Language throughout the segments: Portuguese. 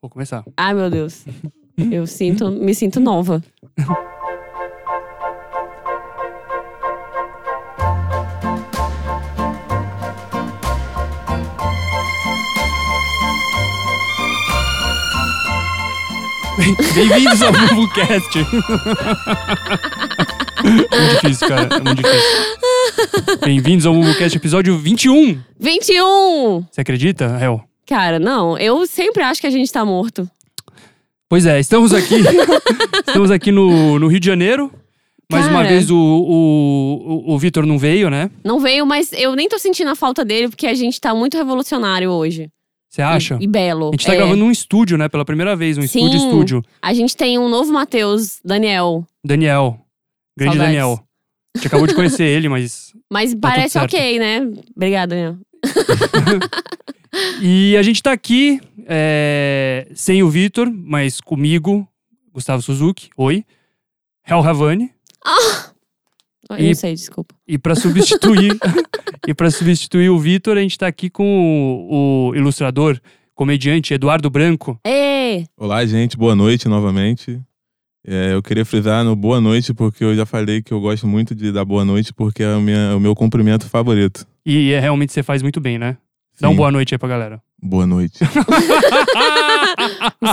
Vou começar. Ai, meu Deus. Eu sinto, me sinto nova. Bem-vindos ao Bumblecast. muito difícil, cara. É muito difícil. Bem-vindos ao Bumblecast, episódio 21. 21! Você acredita, Hel? Cara, não, eu sempre acho que a gente tá morto. Pois é, estamos aqui. estamos aqui no, no Rio de Janeiro. Mais uma Cara. vez o, o, o, o Vitor não veio, né? Não veio, mas eu nem tô sentindo a falta dele, porque a gente tá muito revolucionário hoje. Você acha? E, e belo. A gente tá É. gravando num estúdio, né? Pela primeira vez, um Sim. estúdio estúdio. A gente tem um novo Matheus, Daniel. Daniel. Grande Saudades. Daniel. A gente acabou de conhecer ele, mas. Mas Tá tudo parece certo. ok, né? Obrigada, Daniel. E a gente tá aqui é, sem o Vitor, mas comigo, Gustavo Suzuki. Oi. Hel Ravani. Eu E- não sei, desculpa. E para substituir e para substituir o Vitor, a gente tá aqui com o, o ilustrador, comediante Eduardo Branco. Ê! Olá, gente. Boa noite novamente. É, eu queria frisar no boa noite, porque eu já falei que eu gosto muito de dar boa noite, porque é a minha- o meu cumprimento favorito. E é, realmente você faz muito bem, né? Dá Sim. uma boa noite aí pra galera. Boa noite. Me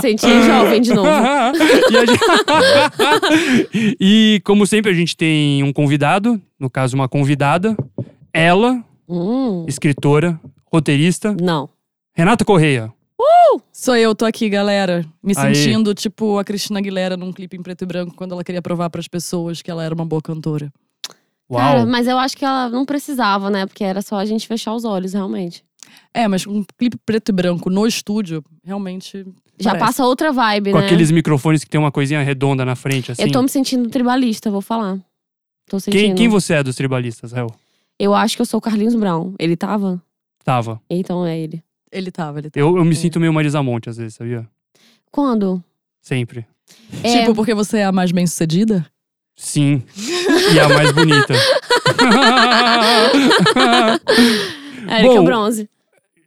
senti jovem de novo. e, a gente- E, como sempre, a gente tem um convidado, no caso, uma convidada. Ela, Hum, escritora, roteirista, não. Renata Correia. Sou eu, tô aqui, galera. Me Aí. sentindo tipo a Cristina Aguilera num clipe em preto e branco quando ela queria provar pras pessoas que ela era uma boa cantora. Uau! Cara, mas eu acho que ela não precisava, né? Porque era só a gente fechar os olhos, realmente. É, mas um clipe preto e branco no estúdio, realmente. Já Parece. passa outra vibe, Com né? aqueles microfones que tem uma coisinha redonda na frente, assim. Eu tô me sentindo tribalista, vou falar. Tô sentindo. quem, quem você é dos tribalistas, Hel? Eu acho que eu sou o Carlinhos Brown. Ele tava? Tava. Então é ele. Ele tava, ele tava. Eu, eu me É. sinto meio Marisa Monte, às vezes, sabia? Quando? Sempre. É, Tipo, porque você é a mais bem sucedida? Sim. E é a mais bonita. Eric Bom. é Bronze.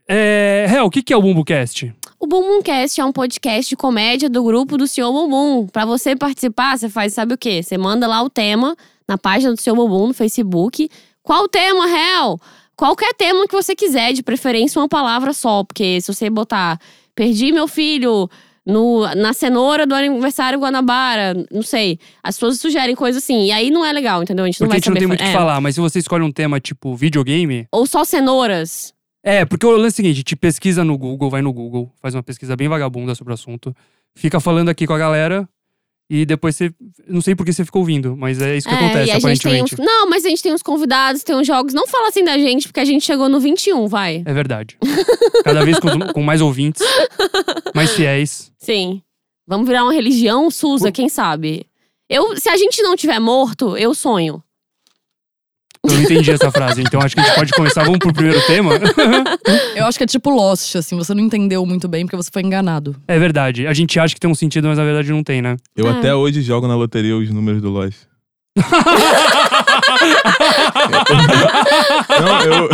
é, Hel, o que, que é o Bumbocast? O Bum Boomcast é um podcast de comédia do grupo do Senhor Bumbum. Pra você participar, você faz sabe o quê? Você manda lá o tema na página do Senhor Bumbum no Facebook. Qual o tema, réu? Qualquer tema que você quiser, de preferência uma palavra só. Porque se você botar perdi meu filho no, na cenoura do aniversário Guanabara, não sei. As pessoas sugerem coisa assim. E aí não é legal, entendeu? A gente não Porque a vai gente não saber tem muito o fa- que é. falar, mas se você escolhe um tema tipo videogame. Ou só cenouras. É, porque o lance é o seguinte: te pesquisa no Google, vai no Google, faz uma pesquisa bem vagabunda sobre o assunto, fica falando aqui com a galera e depois você. Não sei por que você ficou ouvindo, mas é isso que É, acontece, e a gente tem aparentemente. uns, Não, mas a gente tem uns convidados, tem uns jogos. Não fala assim da gente, porque a gente chegou no 21, vai. É verdade. Cada vez com, com mais ouvintes, mais fiéis. Sim. Vamos virar uma religião, Suza, quem sabe? Eu, se a gente não tiver morto, eu sonho. Eu não entendi essa frase, então acho que a gente pode começar. Vamos pro primeiro tema? Eu acho que é tipo Lost, assim, você não entendeu muito bem porque você foi enganado. É verdade. A gente acha que tem um sentido, mas na verdade não tem, né? Eu Ah. até hoje jogo na loteria os números do Lost. Não, eu,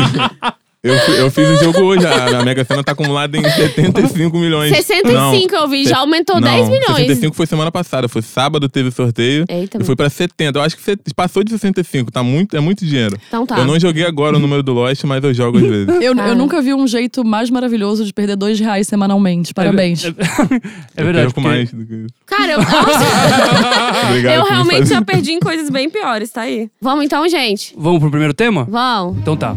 eu, fi- eu fiz o jogo hoje. A, a Mega Sena tá acumulada em 75 milhões. 65 eu vi, já aumentou não, 10 milhões. 65 foi semana passada. Foi sábado, teve sorteio. Eita, E foi pra 70. Eu acho que você passou de 65. Tá muito, é muito dinheiro. então tá. Eu não joguei agora o número do Lost, mas eu jogo às vezes. É Eu, Ah. eu nunca vi um jeito mais maravilhoso de perder dois reais semanalmente. Parabéns. É, é verdade. Eu perco porque- mais do que isso. Cara, eu, nossa, Obrigado. eu por me realmente fazer- já perdi em coisas bem piores, tá aí. Vamos então, gente. Vamos pro primeiro tema? Vamos. Então tá.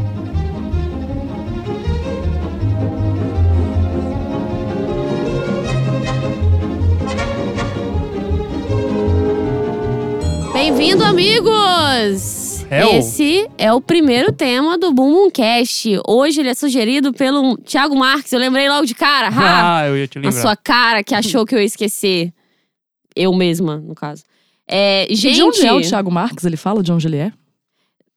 Bem-vindo, amigos! É o- Esse é o primeiro tema do Boom Boom Cast. Hoje ele é sugerido pelo Thiago Marques. Eu lembrei logo de cara. Ha! Ah, eu ia te a lembrar. sua cara que achou que eu ia esquecer. Eu mesma, no caso. É, gente, De onde é o Thiago Marques? Ele fala de onde ele é?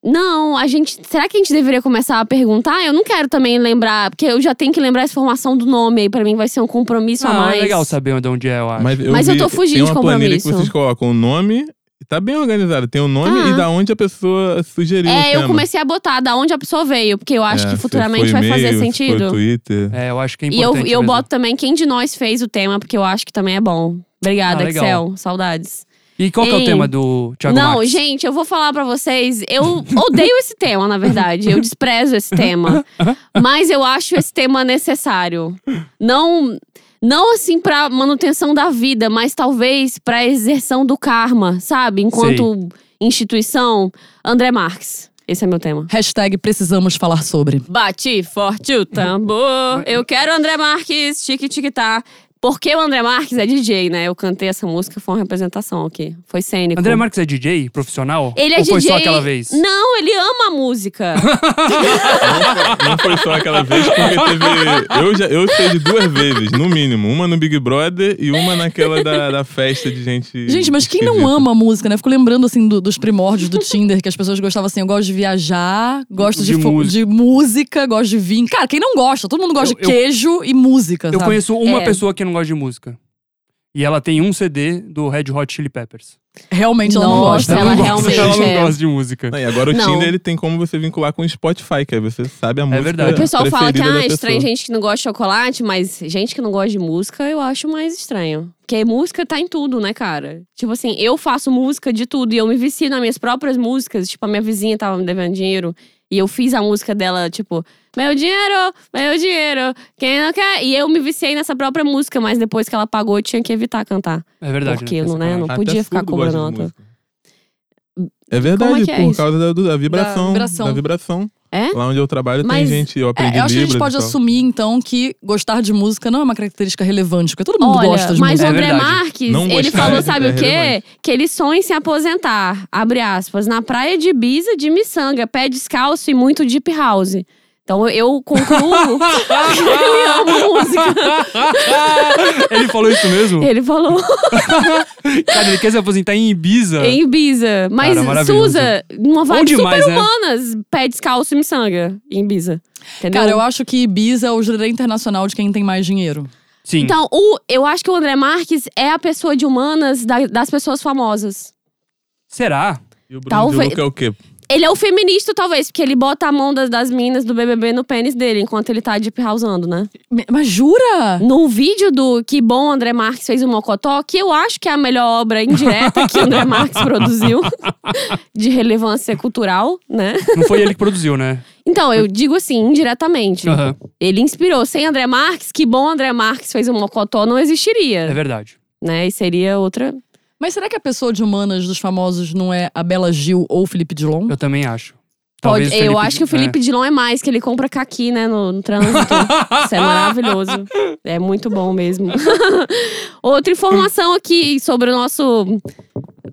não, a gente. Será que a gente deveria começar a perguntar? Eu não quero também lembrar, porque eu já tenho que lembrar essa informação do nome aí. Pra mim vai ser um compromisso a Ah, mais. é legal saber de onde é, eu acho. Mas eu, Mas eu tô vi- fugindo tem de uma planilha que compromisso. vocês colocam o nome, Tá bem organizado. Tem o nome Ah. e da onde a pessoa sugeriu o É, eu tema. comecei a botar da onde a pessoa veio, porque eu acho É, que se futuramente for vai fazer e-mail, se for sentido. Twitter. É, eu acho que é E eu, importante. e eu mesmo. boto também quem de nós fez o tema, porque eu acho que também é bom. Obrigada, Ah, legal. Excel. Saudades. E qual que é o Ei. tema do Thiago Não, Max? gente, eu vou falar pra vocês. Eu odeio esse tema, na verdade. Eu desprezo esse tema. Mas eu acho esse tema necessário. Não. Não assim pra manutenção da vida, mas talvez pra exerção do karma, sabe? Enquanto instituição, André Marques. Esse é meu tema. Hashtag precisamos falar sobre. Bati forte o tambor. Eu quero André Marques, tique tique tá. Porque o André Marques é DJ, né? Eu cantei essa música, foi uma representação aqui. Foi cênico. André Marques é DJ profissional? ele é Ou DJ. foi só aquela vez? Não, ele ama a música. Não foi só aquela vez, porque teve. Eu, já, eu sei de duas vezes, no mínimo. Uma no Big Brother e uma naquela da, da festa de gente. Gente, mas quem não esquisita. ama a música, né? Fico lembrando, assim, do- dos primórdios do Tinder, que as pessoas gostavam assim: eu gosto de viajar, gosto de, De fo- música. de música, gosto de vinho. Cara, quem não gosta? Todo mundo gosta Eu- de eu- queijo e música, Eu sabe? conheço uma É. pessoa que não gosta de música. E ela tem um CD do Red Hot Chili Peppers. Realmente ela não Nossa, gosta. Ela não realmente gosta, ela não é. gosta de música. Não, e agora o Não. Tinder ele tem como você vincular com o Spotify, que aí você sabe a música. verdade. O pessoal fala que preferida ah, da estranho pessoa. gente que não gosta de chocolate, mas gente que não gosta de música, eu acho mais estranho. Porque música tá em tudo, né, cara? Tipo assim, eu faço música de tudo e eu me vicio nas minhas próprias músicas. Tipo, a minha vizinha tava me devendo dinheiro e eu fiz a música dela, tipo, meu dinheiro, meu dinheiro, quem não quer? E eu me viciei nessa própria música, mas depois que ela pagou, eu tinha que evitar cantar. É verdade. Porque né? não, né? Não Até podia ficar surdo gosta cobrando de nota. música. É verdade, é que é por isso? causa da, do- da vibração, da vibração. vibração. É? Lá onde eu trabalho Mas- tem gente, eu aprendi É, eu acho que a gente Libras e pode tal. assumir, então, que gostar de música não é uma característica relevante, porque todo mundo Olha, gosta de mas o música. É André verdade. Marques, Não ele gostar falou, é- sabe é o quê? relevante. Que ele sonha em se aposentar, abre aspas, na praia de Ibiza, de miçanga, pé descalço e muito deep house. Então eu concluo que ele Ah! ama música. Ele falou isso mesmo? Ele falou Cara, ele quer se aposentar em Ibiza. em Ibiza. Mas É. Cara, maravilhoso. Suza, uma Bom vibe demais, né? humanas, pé descalço e miçanga em Ibiza. Entendeu? Cara, eu acho que Ibiza é o jurê internacional de quem tem mais dinheiro. Sim. Então, o, eu acho que o André Marques é a pessoa de humanas da- das pessoas famosas. Será? E o Bruno Talvez- Diluca é o quê? Ele é o feminista, talvez, porque ele bota a mão das, das minas do BBB no pênis dele enquanto ele tá deep houseando, né? Me- Mas jura? No vídeo do Que Bom André Marques fez o Mocotó, que eu acho que é a melhor obra indireta que André Marques produziu, de relevância cultural, né? Não foi ele que produziu, né? Então, eu digo assim, indiretamente. Aham. Ele inspirou. Sem André Marques, Que Bom André Marques fez o Mocotó não É existiria, verdade. né? E seria outra. Mas será que a pessoa de humanas dos famosos não é a Bela Gil ou o Felipe Dilon? Eu também acho. Talvez Pode, o eu Felipe- acho que o Felipe Dilon é mais, que ele compra caqui, né, no, no trânsito. Isso é maravilhoso. É muito bom mesmo. Outra informação aqui sobre o nosso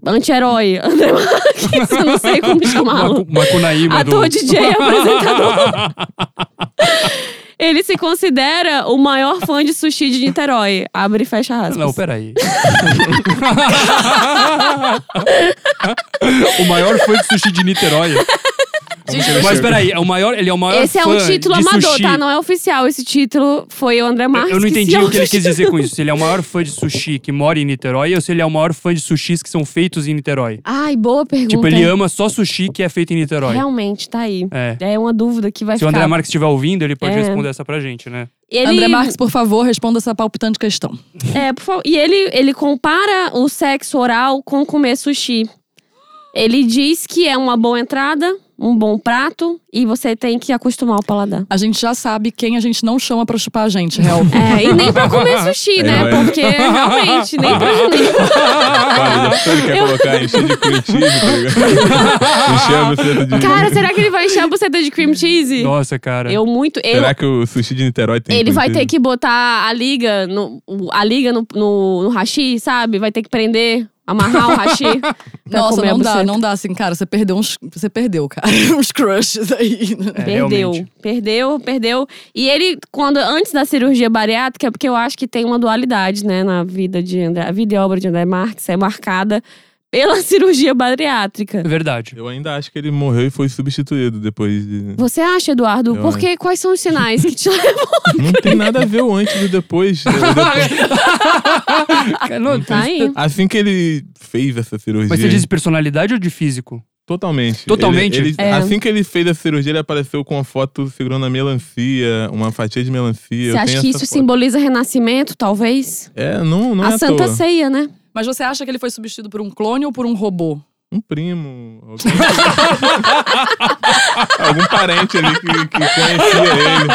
anti-herói, André Marques. Eu não sei como Macu- chamá-lo. Macunaíma do... Ator, DJ, e apresentador. Ele se considera o maior fã de sushi de Niterói. Abre e fecha aspas. Não, peraí. o maior fã de sushi de Niterói. Mas peraí, é o maior, ele é o maior esse é fã um título de amador, sushi. tá? Não é oficial. Esse título foi o André Marques. Eu não que se entendi o que ele autodescreveu. quis dizer com isso. Se ele é o maior fã de sushi que mora em Niterói ou se ele é o maior fã de sushis que são feitos em Niterói. Ai, boa pergunta. Tipo, ele ama só sushi que é feito em Niterói. Realmente, tá aí. É. É, uma dúvida que vai Se o ficar. André Marques estiver ouvindo, ele pode É. responder essa pra gente, né? Ele- André Marques, por favor, responda essa palpitante questão. É, por favor. E ele, ele compara o sexo oral com comer sushi. Ele diz que é uma boa entrada, um bom prato e você tem que acostumar o paladar. A gente já sabe quem a gente não chama pra chupar a gente, real. É, e nem pra comer sushi, né? É, ué. Porque realmente, nem pra. Nem Olha, já sabe que né? quer colocar encher de curitiba, tá ligado? encher a buceta de... Cara, será que ele vai encher a buceta de cream cheese? Nossa, cara. Eu muito. Eu, Será que o sushi de Niterói tem Ele vai ter curitiba? que botar a liga no, o- a liga no, no, no hashi, sabe? Vai ter que prender, amarrar o hashi. pra Nossa, comer a não dá, buceta. não dá assim, cara. Você perdeu uns. Você perdeu, cara. Uns crushes aí. né? É, Perdeu, realmente. perdeu, perdeu. E ele, quando antes da cirurgia bariátrica, porque eu acho que tem uma dualidade, né, na vida de André, a vida e obra de André Marques é marcada pela cirurgia bariátrica. É Verdade. Eu ainda acho que ele morreu e foi substituído depois de. Você acha, Eduardo? Eu Porque quais são os sinais que te levam? Não tem nada a ver o antes e o depois. O depois- Não, Tá aí. Assim que ele fez essa cirurgia. Mas você diz personalidade ou de físico? Totalmente. Totalmente? Ele- ele- É. Assim que ele fez a cirurgia, ele apareceu com uma foto segurando a melancia, uma fatia de Você melancia. Eu acha tenho que essa isso foto. simboliza renascimento, talvez? É, não, não é a à Santa toa. Ceia, né? Mas você acha que ele foi substituído por um clone ou por um robô? Um primo. Algum, algum parente ali que, que conhecia ele.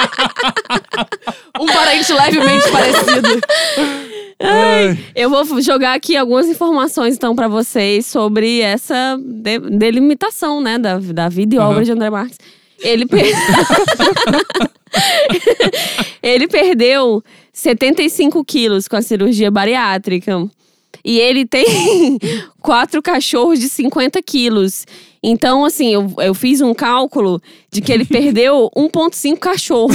Um parente levemente parecido. Eu vou jogar aqui algumas informações, então, pra vocês sobre essa de- delimitação, né, da, da vida e Aham. obra de André Marques. Ele, per- ele perdeu 75 quilos com a cirurgia bariátrica. E ele tem quatro cachorros de 50 quilos. Então, assim, eu, eu fiz um cálculo de que ele perdeu 1,5 cachorro.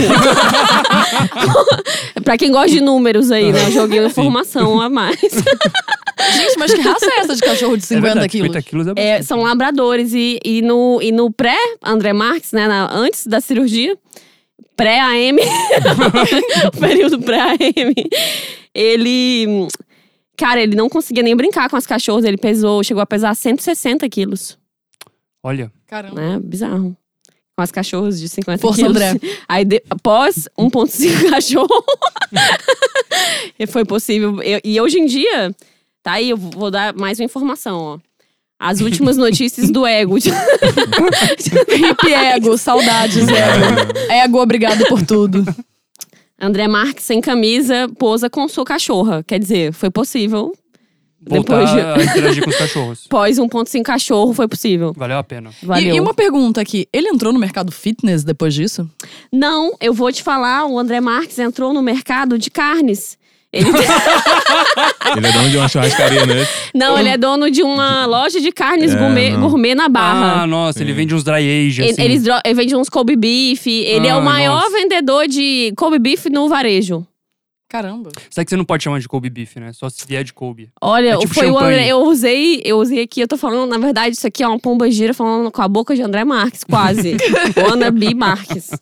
pra quem gosta de números aí, né? Eu joguei uma informação a mais. Gente, mas que raça é essa de cachorro de é 50 verdade, quilos? 50 quilos é bastante. É, são labradores. E, e no, e no pré-André Marques, né? na- antes da cirurgia, pré-AM, o período pré-AM, ele. Cara, ele não conseguia nem brincar com as cachorras. Ele pesou, chegou a pesar 160 quilos, Olha, Caramba. né? Bizarro. Com as cachorras de 50 Força, quilos. André. Aí, de, após 1,5 cachorro, e foi possível. E, e hoje em dia, tá aí, eu vou dar mais uma informação, ó. As últimas notícias do ego. de- Hip ego, saudades, ego. Ego, obrigado por tudo. André Marques sem camisa posa com sua cachorra. Quer dizer, foi possível. voltar Depois de- a interagir com os cachorros. Após 1,5 cachorro, foi possível. Valeu a pena. Valeu. E, e uma pergunta aqui: ele entrou no mercado fitness depois disso? Não, eu vou te falar, o André Marques entrou no mercado de carnes. Ele- Ele é dono de uma churrascaria, né? Não, ele é dono de uma loja de carnes É, gourmet, não. gourmet na Barra. Ah, nossa, ele Sim. vende uns dry age, Ele, assim. eles dro- ele vende uns Kobe Beef. Ele é Ah, o maior nossa. vendedor de Kobe Beef no varejo. Caramba. Sabe que você não pode chamar de Kobe Beef, né? Só se vier de Kobe. Olha, É tipo foi o champanhe. André. Eu usei, eu usei aqui, eu tô falando, na verdade, isso aqui é uma pomba gira falando com a boca de André Marques, quase. Ana B. Marques.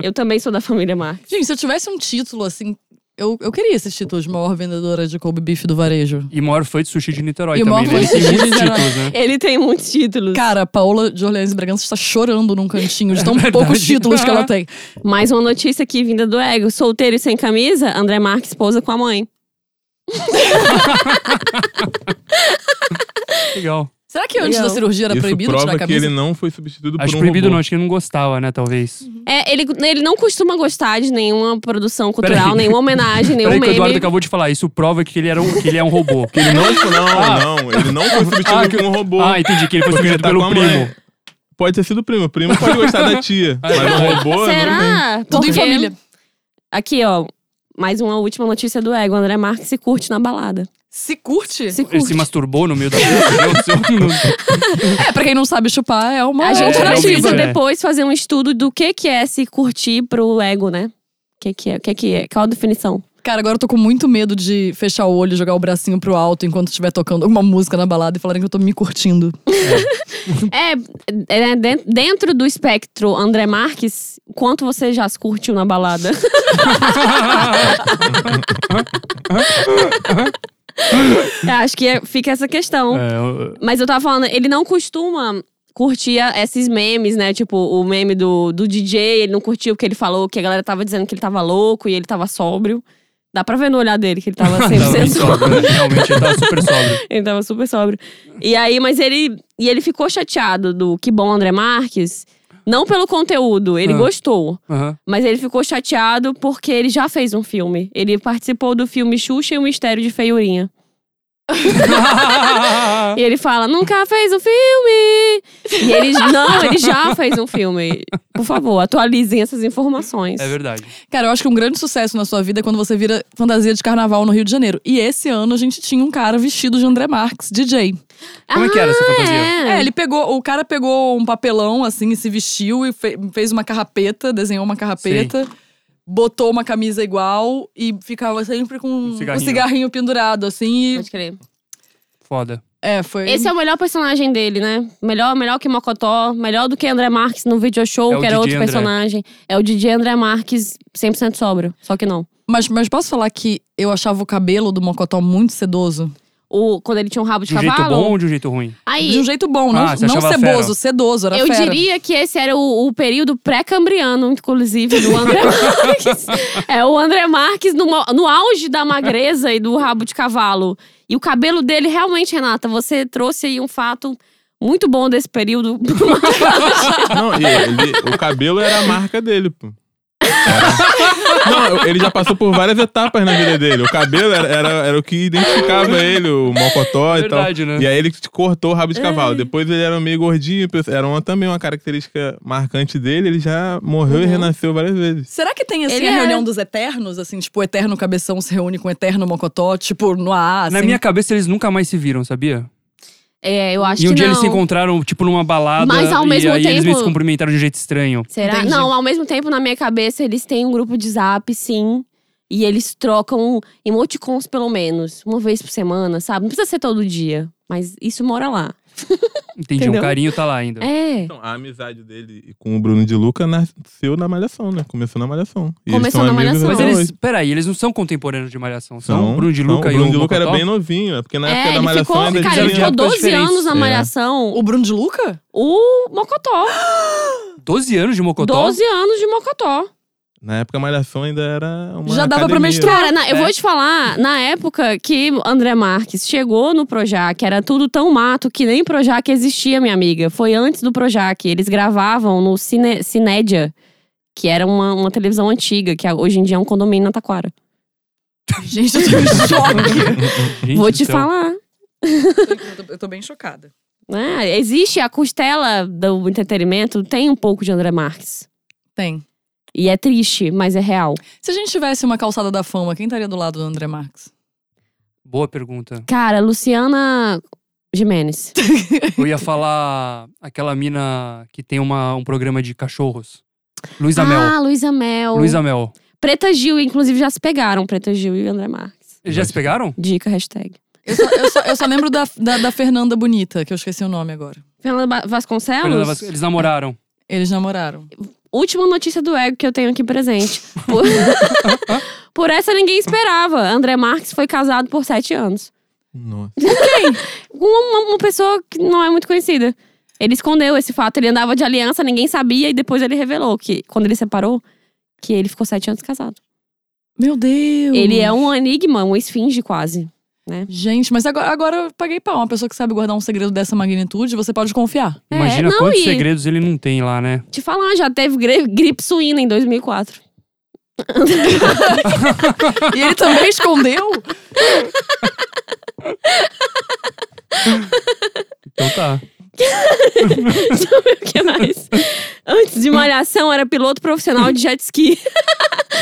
Eu também sou da família Marques. Gente, se eu tivesse um título assim. Eu, eu queria esse título de maior vendedora de Kobe Beef do varejo. E maior fã de sushi de Niterói E o também, maior né? Ele fã de tem sushi de muitos Niterói. títulos, né? Ele tem muitos títulos. Cara, a Paola de Orleans Bragança está chorando num cantinho de tão É verdade. poucos títulos que ela tem. Mais uma notícia aqui vinda do Ego. Solteiro e sem camisa, André Marques pousa com a mãe. Legal. Será que antes Legal. da cirurgia era Isso proibido prova tirar a que camisa? ele não foi substituído Acho por um proibido não, robô. acho que ele não gostava, né, talvez. É, ele, ele não costuma gostar de nenhuma produção cultural, Peraí. nenhuma homenagem, Peraí nenhum que o um meme. Eduardo acabou de falar. Isso prova que ele, era um, que ele é um robô. Que ele não, não, não. Ele não foi substituído Ah, por um robô. Ah, entendi, que ele foi Porque ele substituído tá com pelo a mãe. primo. Pode ter sido o primo. O primo pode gostar da tia. Mas um robô. Não tem. Será? Tudo em Porque- família. Aqui, ó. Mais uma última notícia do Ego. André Marques se curte na balada. Se curte? Se Ele se curte. masturbou no meio da boca. meu Deus do céu. É, pra quem não sabe chupar, é uma A gente É, precisa realmente, é. depois fazer um estudo do que, que é se curtir pro ego, né? O que, que é? O que, que é? Qual a definição? Cara, agora eu tô com muito medo de fechar o olho, jogar o bracinho pro alto enquanto estiver tocando alguma música na balada e falarem que eu tô me curtindo. É, é, né, den- dentro do espectro André Marques, quanto você já se curtiu na balada? Eu acho que é- fica essa questão. É, eu- Mas eu tava falando, ele não costuma curtir a- esses memes, né? Tipo, o meme do, do DJ, ele não curtiu porque ele falou que a galera tava dizendo que ele tava louco e ele tava sóbrio. Dá pra ver no olhar dele que ele tava Não, ele sempre sóbrio. sobra, né? Realmente, ele tava super sóbrio. Ele tava super sóbrio. E aí, mas ele. E ele ficou chateado do que bom André Marques. Não pelo conteúdo, ele Ah. gostou. Aham. Mas ele ficou chateado porque ele já fez um filme. Ele participou do filme Xuxa e o Mistério de Feiurinha. E ele fala, nunca fez um filme! E ele, não, ele já fez um filme. Por favor, atualizem essas informações. É verdade. Cara, eu acho que um grande sucesso na sua vida é quando você vira fantasia de carnaval no Rio de Janeiro. E esse ano a gente tinha um cara vestido de André Marques, DJ. Como é que era essa Ah, fantasia? É, ele pegou, o cara pegou um papelão assim e se vestiu e fe- fez uma carrapeta, desenhou uma carrapeta. Botou uma camisa igual e ficava sempre com um cigarrinho. cigarrinho pendurado, assim. e- Pode crer. Foda. É, foi. Esse é o melhor personagem dele, né? Melhor, melhor que Mocotó, melhor do que André Marques no video show, É o que era Didi outro André. personagem. É o Didi André Marques 100% sóbrio, só que não. Mas, mas posso falar que eu achava o cabelo do Mocotó muito sedoso? O, quando ele tinha um rabo de, De um jeito cavalo. bom ou de um jeito ruim? Aí, De um jeito bom, não, Ah, você não achava ceboso, fera. sedoso, era Eu fera. diria que esse era o, o período pré-cambriano, inclusive, do André Marques. É o André Marques no, mo- no auge da magreza e do rabo de cavalo. E o cabelo dele, realmente, Renata, você trouxe aí um fato muito bom desse período. Não, e ele- o cabelo era a marca dele, pô. Era- Não, ele já passou por várias etapas na vida dele. O cabelo era, era, era o que identificava ele, o mocotó e tal. Verdade, né? E aí ele cortou o rabo de cavalo. Depois ele era meio gordinho, era uma, também uma característica marcante dele. Ele já morreu e renasceu várias vezes. Será que tem assim Ele é a era. reunião dos Eternos? Assim, tipo, o Eterno Cabeção se reúne com o Eterno Mocotó, tipo, no A, assim. Na minha cabeça, eles nunca mais se viram, sabia? É, eu acho e um que dia não. eles se encontraram, tipo, numa balada. Mas ao mesmo e aí eles meio tempo- se cumprimentaram de um jeito estranho. Será? Entendi. Não, ao mesmo tempo, na minha cabeça, eles têm um grupo de zap, sim. E eles trocam emoticons, pelo menos. Uma vez por semana, sabe? Não precisa ser todo dia. Mas isso mora lá. Entendi, Entendeu? um carinho tá lá ainda. É. Então, a amizade dele com o Bruno de Luca nasceu na Malhação, né? Começou na Malhação. E eles Começou são na amigos Malhação. até Mas Não, eles, hoje. peraí, eles não são contemporâneos de Malhação. São, São- o Bruno de são- Luca o e Bruno o de Luca era Mocotó? bem novinho, né? Porque na época É, da ele Malhação ficou, ainda cara, ele tinha ficou 12 diferentes. anos na É. Malhação. O Bruno de Luca? O Mocotó. 12 anos de Mocotó? 12 anos de Mocotó. Na época, a Malhação ainda era uma. Já dava pra academia. menstruar. Cara, na- eu É. vou te falar, na época que André Marques chegou no Projac, era tudo tão mato que nem Projac existia, minha amiga. Foi antes do Projac. Eles gravavam no Cine, Cinédia, que era uma, uma televisão antiga, que hoje em dia é um condomínio na Taquara. Gente, eu tô em choque. Gente vou do te céu. falar. eu, tô, eu tô bem chocada. né? Existe a costela do entretenimento, tem um pouco de André Marques. Tem. E é triste, mas é real. Se a gente tivesse uma calçada da fama, quem estaria do lado do André Marques? Boa pergunta. Cara, Luciana Jimenez. Eu ia falar aquela mina que tem uma, um programa de cachorros. Luísa Mel. Ah, Luísa Mel. Luísa Mel. Preta Gil, inclusive, já se pegaram, Preta Gil e André Marques. Eles já se pegaram? Dica, hashtag. Eu só, eu só- eu só lembro da, da, da Fernanda Bonita, que eu esqueci o nome agora. Fernanda Ba- Fernanda Vasconcelos? Vasco- Eles namoraram. Eles namoraram. Última notícia do ego que eu tenho aqui presente. Por, Por essa ninguém esperava. André Marques foi casado por sete anos. Nossa. Com uma, uma pessoa que não é muito conhecida. Ele escondeu esse fato. Ele andava de aliança, ninguém sabia. E depois ele revelou que, quando ele separou, que ele ficou sete anos casado. Meu Deus! Ele é um enigma, um esfinge quase. Gente, mas agora, agora eu paguei pau. Uma pessoa que sabe guardar um segredo dessa magnitude, você pode confiar. É, Imagina não, quantos e- segredos ele não tem lá, né? Te falar, já teve gri- gripe suína em 2004. E ele também escondeu? Então tá. Deixa eu ver o que mais. Antes de malhação, era piloto profissional de jet ski.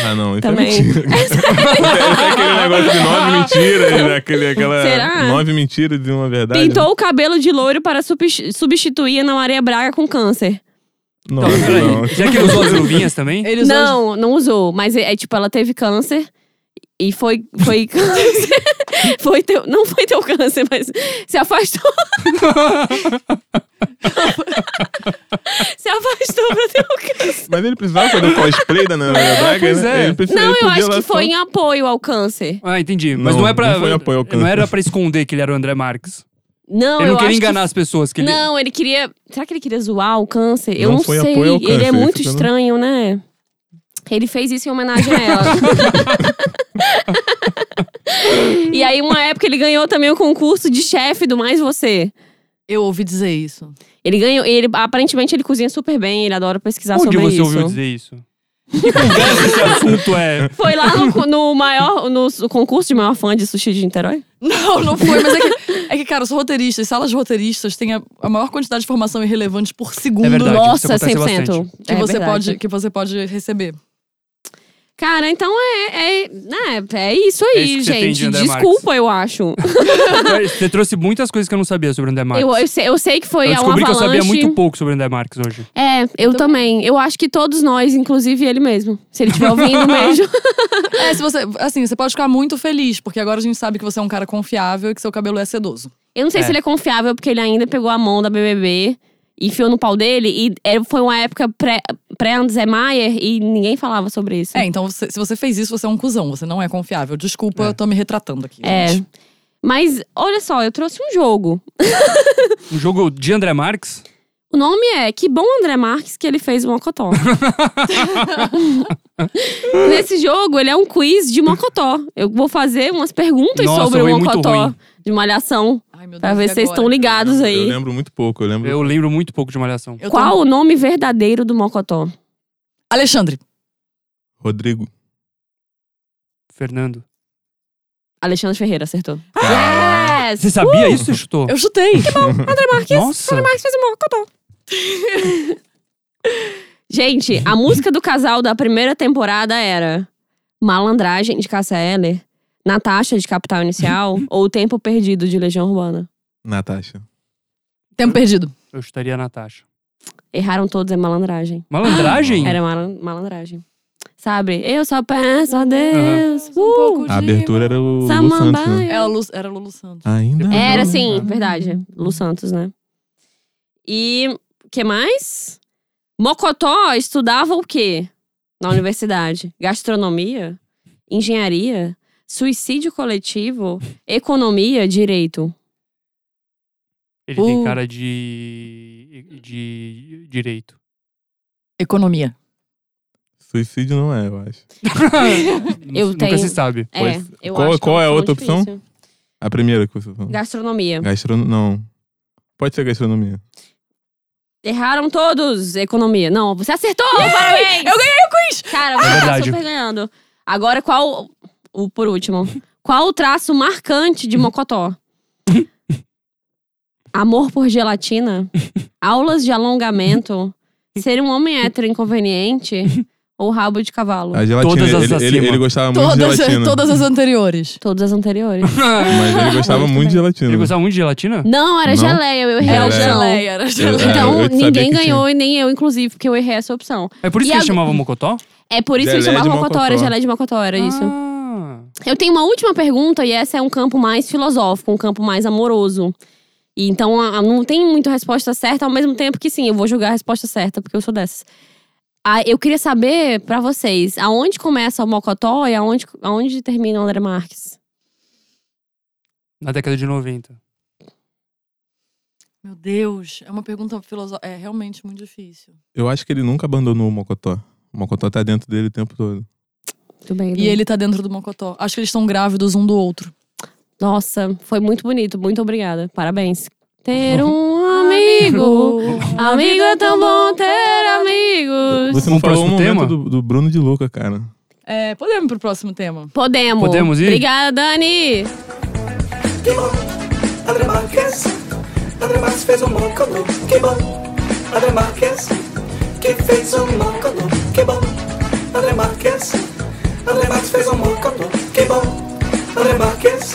Ah, não, isso Também. é mentira. isso é aquele negócio de nove mentiras, aquele, aquela. Será? Nove mentiras de uma verdade. Pintou o cabelo de loiro para subs- substituir a Ana Maria Braga com câncer. Não, Então, peraí. não. Já que ele usou as luvinhas também? Eles hoje- não, não usou. Mas é, é tipo, ela teve câncer e foi. Foi câncer. foi teu, não foi teu câncer, mas se afastou. se afastou pra ter o câncer. Mas ele precisava fazer o cosplay da Ana Maria Braga, pois né? é. Ele precisa- Não, ele eu podia acho lá que só- foi em apoio ao câncer. Ah, entendi. Mas Não, não, é pra. não foi apoio ao câncer. não era pra esconder que ele era o André Marques. Não, ele eu não queria acho que enganar as pessoas que ele. Não, ele queria. Será que ele queria zoar o câncer? Eu Não não foi sei. apoio ao ele câncer, é muito isso que eu não- estranho, né? Ele fez isso em homenagem a ela. e aí, uma época, ele ganhou também o concurso de chefe do Mais Você. Eu ouvi dizer isso. Ele ganhou. Ele, aparentemente, ele cozinha super bem, ele adora pesquisar Onde tá sobre você isso. ouviu dizer isso? Que conversa esse assunto é. Foi lá no, no maior. No, concurso de maior fã de sushi de Niterói? Não, não foi, mas é que, é que, cara, eu sou roteirista. E salas de roteiristas têm a, a maior quantidade de informação irrelevante por segundo É verdade. isso Nossa, acontece 100%. que, É você verdade. pode, que você pode receber. Cara, então é, é, né, é isso aí, É isso que você tem gente. de André Desculpa, eu acho. Você trouxe muitas coisas que eu não sabia sobre o André Marques. Eu, eu, sei, eu sei que foi Eu um descobri avalanche. que eu sabia muito pouco sobre o André Marques hoje. É, eu também. Eu acho que todos nós, inclusive ele mesmo. Se ele estiver ouvindo, um beijo. É, se você, assim, você pode ficar muito feliz, porque agora a gente sabe que você é um cara confiável e que seu cabelo é sedoso. Eu não sei É. se ele é confiável, porque ele ainda pegou a mão da BBB e enfiou no pau dele. E é, foi uma época pré- pré-André Maier e ninguém falava sobre isso. É, então você- se você fez isso, você é um cuzão, você não é confiável. Desculpa, É. eu tô me retratando aqui. É. gente. Mas, olha só, eu trouxe um jogo. Um jogo de André Marques? O nome é Que Bom André Marques que ele fez o Mocotó. Nesse jogo, ele é um quiz de Mocotó. Eu vou fazer umas perguntas Nossa, sobre foi o muito Mocotó ruim. de Malhação. Ai, meu Deus, Pra e ver se vocês agora? estão ligados Eu aí. lembro muito pouco, eu lembro. Eu lembro muito pouco de Malhação. Eu tô- Qual o nome verdadeiro do Mocotó? Alexandre. Rodrigo. Fernando. Alexandre Ferreira, acertou. Cara, Yes! Você sabia isso? Você chutou? Eu chutei. André Marques. Nossa. André Marques fez tá o Mocotó. Gente, a música do casal da primeira temporada era Malandragem de Cássia Eller, Natasha de Capital Inicial ou O Tempo Perdido de Legião Urbana. Natasha. Tempo perdido. Eu chutaria a Natasha. Erraram todos, é malandragem. Hum. Malandragem? Era malan- malandragem. Sabe? Eu só peço a Deus. Uh, A abertura era o Lu Santos, né? Samambaia. Era É Lu, era Lulu Santos. Ainda Era assim. não. sim, verdade. Lu Santos, né? E o que mais? Mocotó estudava o quê? Na universidade? Gastronomia? Engenharia? Suicídio coletivo? Economia? Direito? Ele tem Uh. cara de. de direito. Economia. Suicídio não é, eu acho. Eu Nunca tenho- se sabe. É, Pois, eu qual- acho que qual é a uma outra opção? difícil. A primeira que você falou. Gastronomia. Gastronomia. Não. Pode ser gastronomia. Erraram todos. Economia. Não, você acertou! Parabéns! Eu ganhei o quiz! É Cara, você tá verdade. super ganhando. Agora, qual. O por último. Qual o traço marcante de Mocotó? Amor por gelatina? Aulas de alongamento? Ser um homem hétero inconveniente? Ou rabo de cavalo? A gelatina. Todas as ele, ele, acima. ele gostava muito de Todas, gelatina. todas as anteriores. Todas as anteriores. Mas ele gostava Muito muito bem. de gelatina. Ele gostava muito de gelatina? Não, era Não? geleia, eu errei a Era opção. geleia, era Eu- geleia. é, eu Então, sabia ninguém que tinha. ganhou e nem eu, inclusive, porque eu errei essa opção. É por isso E que a- ele chamava Mocotó? É por isso que Geleia eu chamava de Mocotó, era Mocotó. geleia de Mocotó, era isso. Ah. Eu tenho uma última pergunta, e essa é um campo mais filosófico, um campo mais amoroso. E então a- a- não tem muita resposta certa, ao mesmo tempo que sim, eu vou julgar a resposta certa, porque eu sou dessas. Ah, eu queria saber pra vocês, aonde começa o Mocotó e aonde, aonde termina o André Marques? Na década de 90. Meu Deus, é uma pergunta filosófica. É realmente muito difícil. Eu acho que ele nunca abandonou o Mocotó. O Mocotó tá dentro dele o tempo todo. Tudo bem. né? E Lu? ele tá dentro do Mocotó. Acho que eles estão grávidos um do outro. Nossa, foi muito bonito, muito obrigada. Parabéns. Ter um amigo, amigo é tão bom ter amigos. Você não Vamos pro falou um próximo tema? momento do, do Bruno de Luca, cara. É, podemos ir pro próximo tema. Podemos. Podemos ir? Obrigada, Dani. Que bom, André Marques. André Marques fez um mocotó. Que bom, André Marques. Que fez um mocotó. Que bom, André Marques. André Marques fez um mocotó. Que bom, André Marques.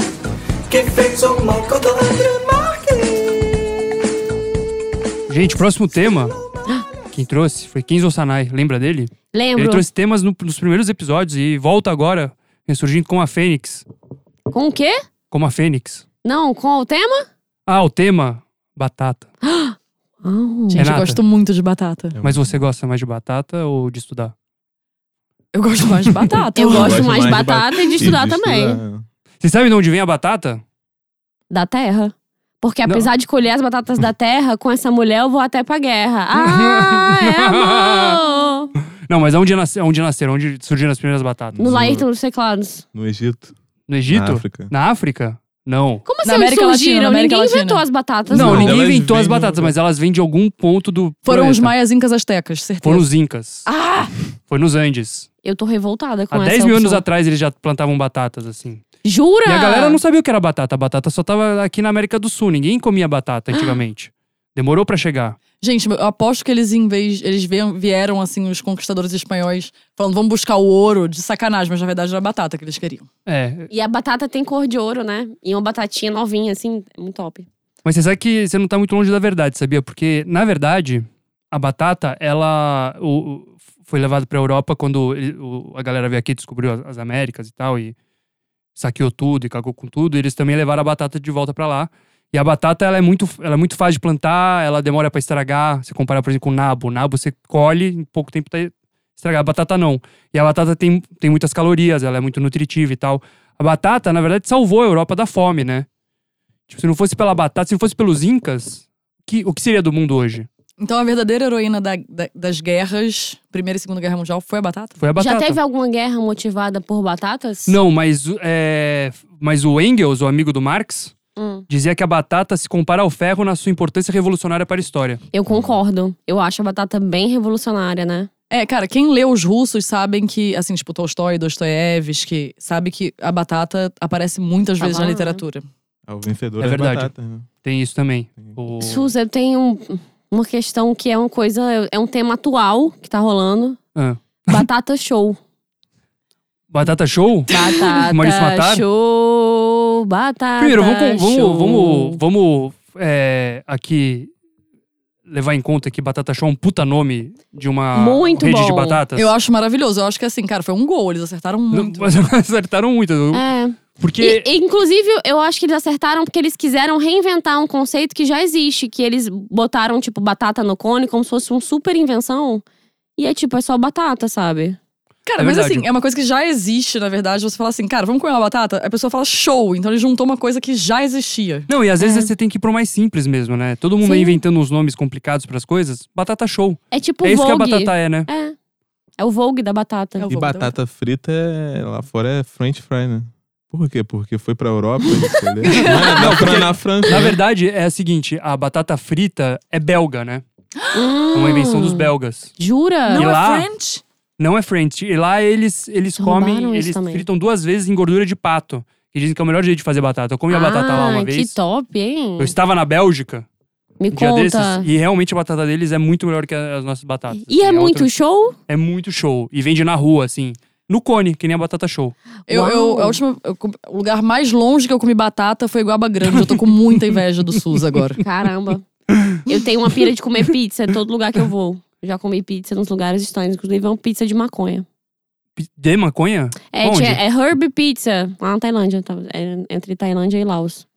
Que fez um mocotó. André Marques. Gente, próximo tema. Quem trouxe foi Kenzo Sanai. Lembra dele? Lembro. Ele trouxe temas no- nos primeiros episódios e volta agora, ressurgindo com a Fênix. Com o quê? Como a Fênix. Não, qual o tema? Ah, o tema? Batata. Gente, Renata. eu gosto muito de batata. Mas você gosta mais de batata ou de estudar? Eu gosto mais de batata. eu eu gosto gosto mais de mais de batata e de estudar também. Vocês sabem de onde vem a batata? Da terra. Porque Não. apesar de colher as batatas da terra, com essa mulher eu vou até pra guerra. Ah, é amor! Não, mas onde, nasce, onde nasceram? Onde surgiram as primeiras batatas? No Laírton dos Teclados. No Egito. No Egito? Na África. Na África? Não. Como assim Na América eles surgiram? Latina, na América Ninguém Latina. inventou as batatas, Não, não. Mas ninguém elas inventou as vêm de- batatas, mas elas vêm de algum ponto do. Foram os planeta. maias incas astecas, certeza. é. Foram os Incas. Ah! Foi nos Andes. Eu tô revoltada com Há essa 10 mil anos opção. atrás eles já plantavam batatas, assim. Jura? E a galera não sabia o que era batata. A batata só tava aqui na América do Sul. Ninguém comia batata antigamente. Demorou pra chegar. Gente, eu aposto que eles em vez. Eles vieram, vieram, assim, os conquistadores espanhóis falando, vamos buscar o ouro de sacanagem, mas na verdade era batata que eles queriam. É. E a batata tem cor de ouro, né? E uma batatinha novinha, assim, é muito top. Mas você sabe que você não tá muito longe da verdade, sabia? Porque, na verdade, a batata, ela o- o- foi levada pra Europa quando ele- o- a galera veio aqui e descobriu as, as Américas e tal, e saqueou tudo e cagou com tudo. E eles também levaram a batata de volta pra lá. E a batata, ela é muito, ela é muito fácil de plantar, ela demora pra estragar. Se comparar, por exemplo, com o nabo. O nabo você colhe, em pouco tempo tá estragado. A batata não. E a batata tem, tem muitas calorias, ela é muito nutritiva e tal. A batata, na verdade, salvou a Europa da fome, né? Tipo, se não fosse pela batata, se não fosse pelos incas, que, o que seria do mundo hoje? Então a verdadeira heroína da- da- das guerras, Primeira e Segunda Guerra Mundial, foi a batata? Foi a batata. Já teve alguma guerra motivada por batatas? Não, mas, é, mas o Engels, o amigo do Marx, Hum, dizia que a batata se compara ao ferro na sua importância revolucionária para a história. eu concordo. Eu acho a batata bem revolucionária, né? É, cara, quem lê os russos sabem que, assim, tipo Tolstói, Dostoiévski, sabe que a batata aparece muitas Tá vezes lá, na né? literatura. É o vencedor É das verdade. batatas, né? Tem isso também. O- Suza, eu tenho um- uma questão que é uma coisa, é um tema atual que tá rolando. Ah. Batata show. Batata show? Maurício Batata Matar? show. Batata Primeiro, vamos, show. vamos, vamos, vamos é, aqui levar em conta que batata show é um puta nome de uma Muito rede de bom. batatas. Eu acho maravilhoso. Eu acho que, assim, cara, foi um gol. Eles acertaram Tá Não, muito. Mas acertaram muito. É. Porque E- e, inclusive, eu acho que eles acertaram porque eles quiseram reinventar um conceito que já existe, que eles botaram, tipo, batata no cone como se fosse uma super invenção. E é tipo, é só batata, sabe? Cara, É mas verdade. assim, é uma coisa que já existe, na verdade. Você fala assim, cara, vamos comer uma batata? A pessoa fala show. Então ele juntou uma coisa que já existia. Não, e às É. vezes você tem que ir pro mais simples mesmo, né? Todo mundo aí inventando uns nomes complicados pras coisas. Batata show. É tipo é isso que a Vogue. batata é, né? É. É o Vogue da batata. É o- E Vou botar batata frita é- lá fora é French fry, né? Por quê? Porque foi pra Europa, entendeu? Não, não, pra, na França. Na né? verdade, é a seguinte: a batata frita é belga, né? É uma Hum. invenção dos belgas. Jura? E Não lá- é French? Não é French. E lá eles, eles comem, Roubaram isso eles também. fritam duas vezes em gordura de pato. E dizem que é o melhor jeito de fazer batata. Eu comi a batata lá uma Ah, vez. Que top, hein? Eu estava na Bélgica Me um dia conta. desses e realmente a batata deles é muito melhor que as nossas batatas. E é assim, muito outro- show? É muito show. E vende na rua, assim. No cone, que nem a batata show. Eu, eu, Uau. a última, eu com- o lugar mais longe que eu comi batata foi Guaba Grande. Eu tô com muita inveja do SUS agora. Caramba. eu tenho uma pira de comer pizza em todo lugar que eu vou. Eu Já comi pizza nos lugares estranhos, inclusive é uma pizza de maconha. Pi- De maconha? É, Onde? tinha- é Herb Pizza, lá na Tailândia, tava- é entre Tailândia e Laos.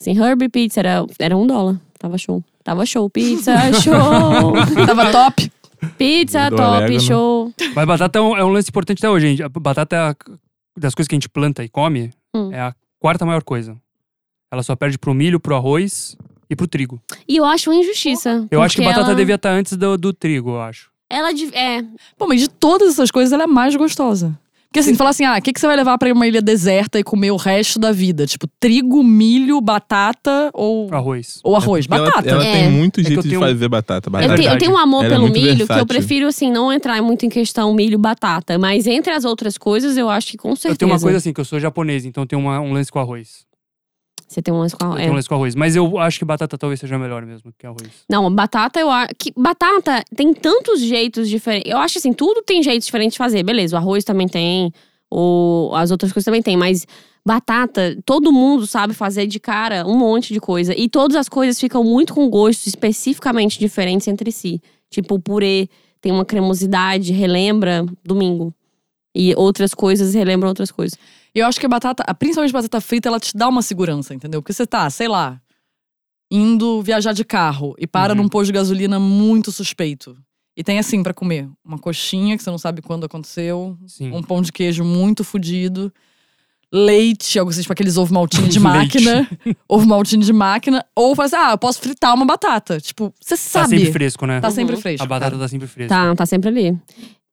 Assim, Herb Pizza era, era um dólar, tava show. Tava show, pizza show, Tava top. pizza Do top orégano. show. Mas batata é um, é um lance importante até hoje, gente. A batata é a- das coisas que a gente planta e come, Hum. é a quarta maior coisa. Ela só perde pro milho, pro arroz e pro trigo. E eu acho uma injustiça. Eu acho que porque batata ela, devia estar antes do, do trigo, eu acho. Ela de- é, Pô, mas de todas essas coisas, ela é mais gostosa. Porque assim, falar assim, ah, o que, que você vai levar pra uma ilha deserta e comer o resto da vida? Tipo, trigo, milho, batata ou, Hum. Arroz. ou arroz? Ela- batata. Ela, É. tem muito que eu jeito de tenho- fazer batata. eu, batata te- eu verdade. tenho um amor Ela é pelo muito milho que eu versátil. prefiro, assim, não entrar muito em questão milho-batata. Mas entre as outras coisas, eu acho que com certeza. Eu tenho uma coisa assim, que eu sou japonês, então eu tenho uma- um lance com arroz. Você tem um lance com Eu a... é. tenho um lance com arroz. Mas eu acho que batata talvez seja melhor mesmo que arroz. Não, batata eu acho. Que batata tem tantos jeitos diferentes. Eu acho assim, tudo tem jeitos diferentes de fazer. Beleza, o arroz também tem, o... as outras coisas também tem, mas batata, todo mundo sabe fazer de cara um monte de coisa. E todas as coisas ficam muito com gostos especificamente diferentes entre si. Tipo, o purê tem uma cremosidade, relembra domingo. E outras coisas relembram outras coisas. Eu acho que a batata, a- principalmente batata frita, ela te dá uma segurança, entendeu? Porque você tá, sei lá, indo viajar de carro e para Uhum. num posto de gasolina muito suspeito. E tem assim pra comer, uma coxinha que você não sabe quando aconteceu, Sim. um pão de queijo muito fudido, leite, algo assim, tipo aqueles ovo maltine de Leite. máquina, ovo maltine de máquina, ou faz, ah, eu posso fritar uma batata. Tipo, você Tá sabe. sempre fresco, né? Tá sempre Uhum. fresco. a batata cara. tá sempre fresca. Tá, tá sempre ali.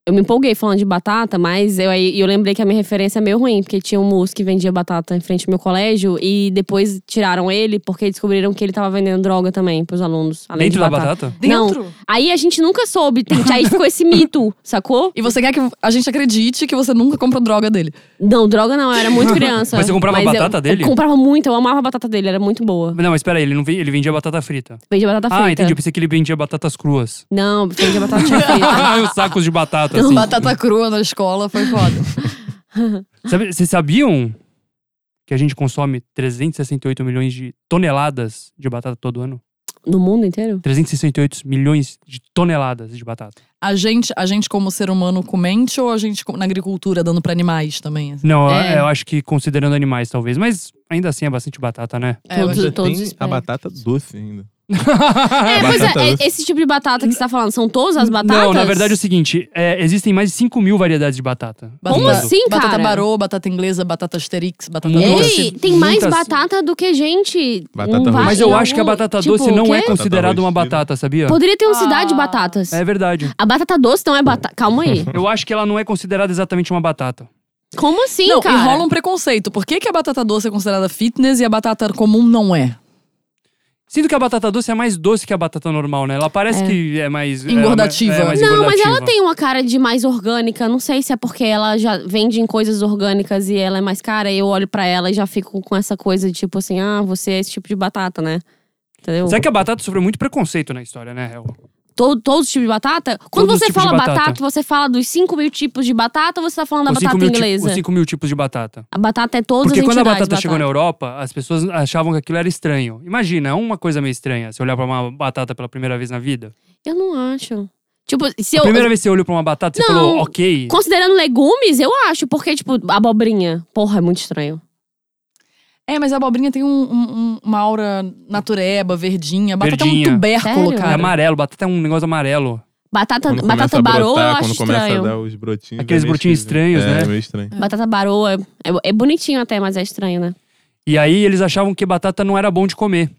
Eu me empolguei falando de batata, mas eu, aí- eu lembrei que a minha referência é meio ruim, porque tinha um moço que vendia batata em frente ao meu colégio e depois tiraram ele porque descobriram que ele tava vendendo droga também pros alunos. Além Dentro de da batata? Dentro. Aí a gente nunca soube, tem- aí ficou esse mito, sacou? E você quer que a gente acredite que você nunca compra droga dele. Não, droga não, eu era muito criança. Mas você comprava eu- batata dele? Eu comprava muito, eu amava a batata dele, era muito boa. Não, mas peraí, ele, não vendia, ele vendia batata frita. Vendia batata Tá frita. Ah, entendi. Eu pensei que ele vendia batatas cruas. Não, vendia batata frita. Os sacos de batata, assim. Batata crua na escola foi foda. Sabe- Vocês sabiam que a gente consome 368 milhões de toneladas de batata todo ano? No mundo inteiro? 368 milhões de toneladas de batata. A gente, a gente como ser humano comente ou a gente co- na agricultura dando pra animais também? assim? Não, É. eu acho que considerando animais, talvez. Mas ainda assim é bastante batata, né? É, Todos- mas- Ainda um todos tem os a pés. batata doce ainda. É, pois Batata é, é, doce. esse tipo de batata que você tá falando, são todas as batatas? Não, na verdade é o seguinte: é, existem mais de 5 mil variedades de batata. batata- Como assim, cara? Batata barô, batata inglesa, batata asterix, batata Ei, Ei, doce. tem mais muitas- batata do que gente. Batata Não ruim. vai Mas em eu acho que a algum- batata tipo, doce o não quê? é considerada uma roxinha. batata, sabia? Poderia ter uma cidade de Ah. batatas. É verdade. A batata doce não é batata. Calma aí. Eu acho que ela não é considerada exatamente uma batata. Como assim, não, cara? e rola um preconceito. Por que, que a batata doce é considerada fitness e a batata comum não é? Sinto que a batata doce é mais doce que a batata normal, né? Ela parece É. que é mais. é, Engordativa. é mais Não, mas engordativa. ela tem uma cara de mais orgânica. Não sei se é porque ela já vende em coisas orgânicas e ela é mais cara. E eu olho pra ela e já fico com essa coisa de tipo assim: ah, você é esse tipo de batata, né? Entendeu? Será que a batata sofreu muito preconceito na história, né, Hel? Todo, todos os tipos de batata? Quando Todos os você tipos fala de batata. batata. você fala dos 5 mil tipos de batata ou você tá falando da Os cinco batata mil ti- inglesa? Os 5 mil tipos de batata. A batata é todas Porque as quando a entidades batata, de batata chegou na Europa, as pessoas achavam que aquilo era estranho. Imagina, é uma coisa meio estranha você olhar pra uma batata pela primeira vez na vida. Eu não acho. Tipo, se eu. Primeira vez que você olhou pra uma batata, você Não. falou, ok. Considerando legumes, eu acho, porque, tipo, abobrinha. Porra, é muito estranho. É, mas a abobrinha tem um- um- um- uma aura natureba, verdinha. A batata é Verdinha. um tubérculo, Sério? É cara. amarelo, batata é um negócio amarelo. Batata, Quando batata começa a baroa, brotar, eu acho quando começa estranho. a dar os brotinhos. Aqueles é meio brotinhos esquisito. estranhos, é, né? É meio estranho. Batata baroa é, é bonitinho até, mas é estranho, né? E aí eles achavam que batata não era bom de comer.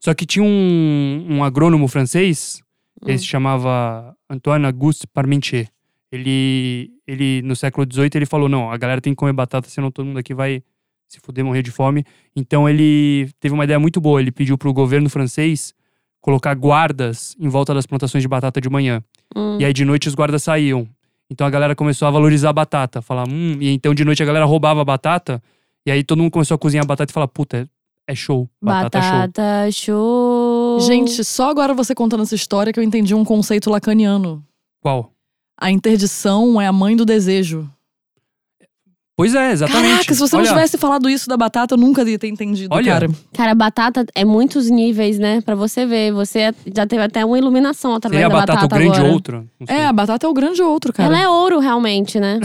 Só que tinha um, um agrônomo francês, ele se chamava Antoine Auguste Parmentier. Ele, ele, no século XVIII, ele falou, não, a galera tem que comer batata, senão todo mundo aqui vai se fuder, morrer de fome. Então ele teve uma ideia muito boa, ele pediu pro governo francês colocar guardas em volta das plantações de batata de manhã. Hum. E aí de noite os guardas saíam. Então a galera começou a valorizar a batata. Falar, hum. E então de noite a galera roubava a batata. E aí todo mundo começou a cozinhar a batata e falar, puta, é, é show. Batata, é show. Batata show. Gente, só agora você contando essa história que eu entendi um conceito lacaniano. Qual? A interdição é a mãe do desejo. Pois é, exatamente. Caraca, se você Olha, não tivesse falado isso da batata, eu nunca ia ter entendido, Olha. cara. Cara, batata é muitos níveis, né? Pra você ver. Você já teve até uma iluminação através Seria a da batata, batata, o grande agora. outro? Não sei. É, a batata é o grande outro, cara. Ela é ouro, realmente, né?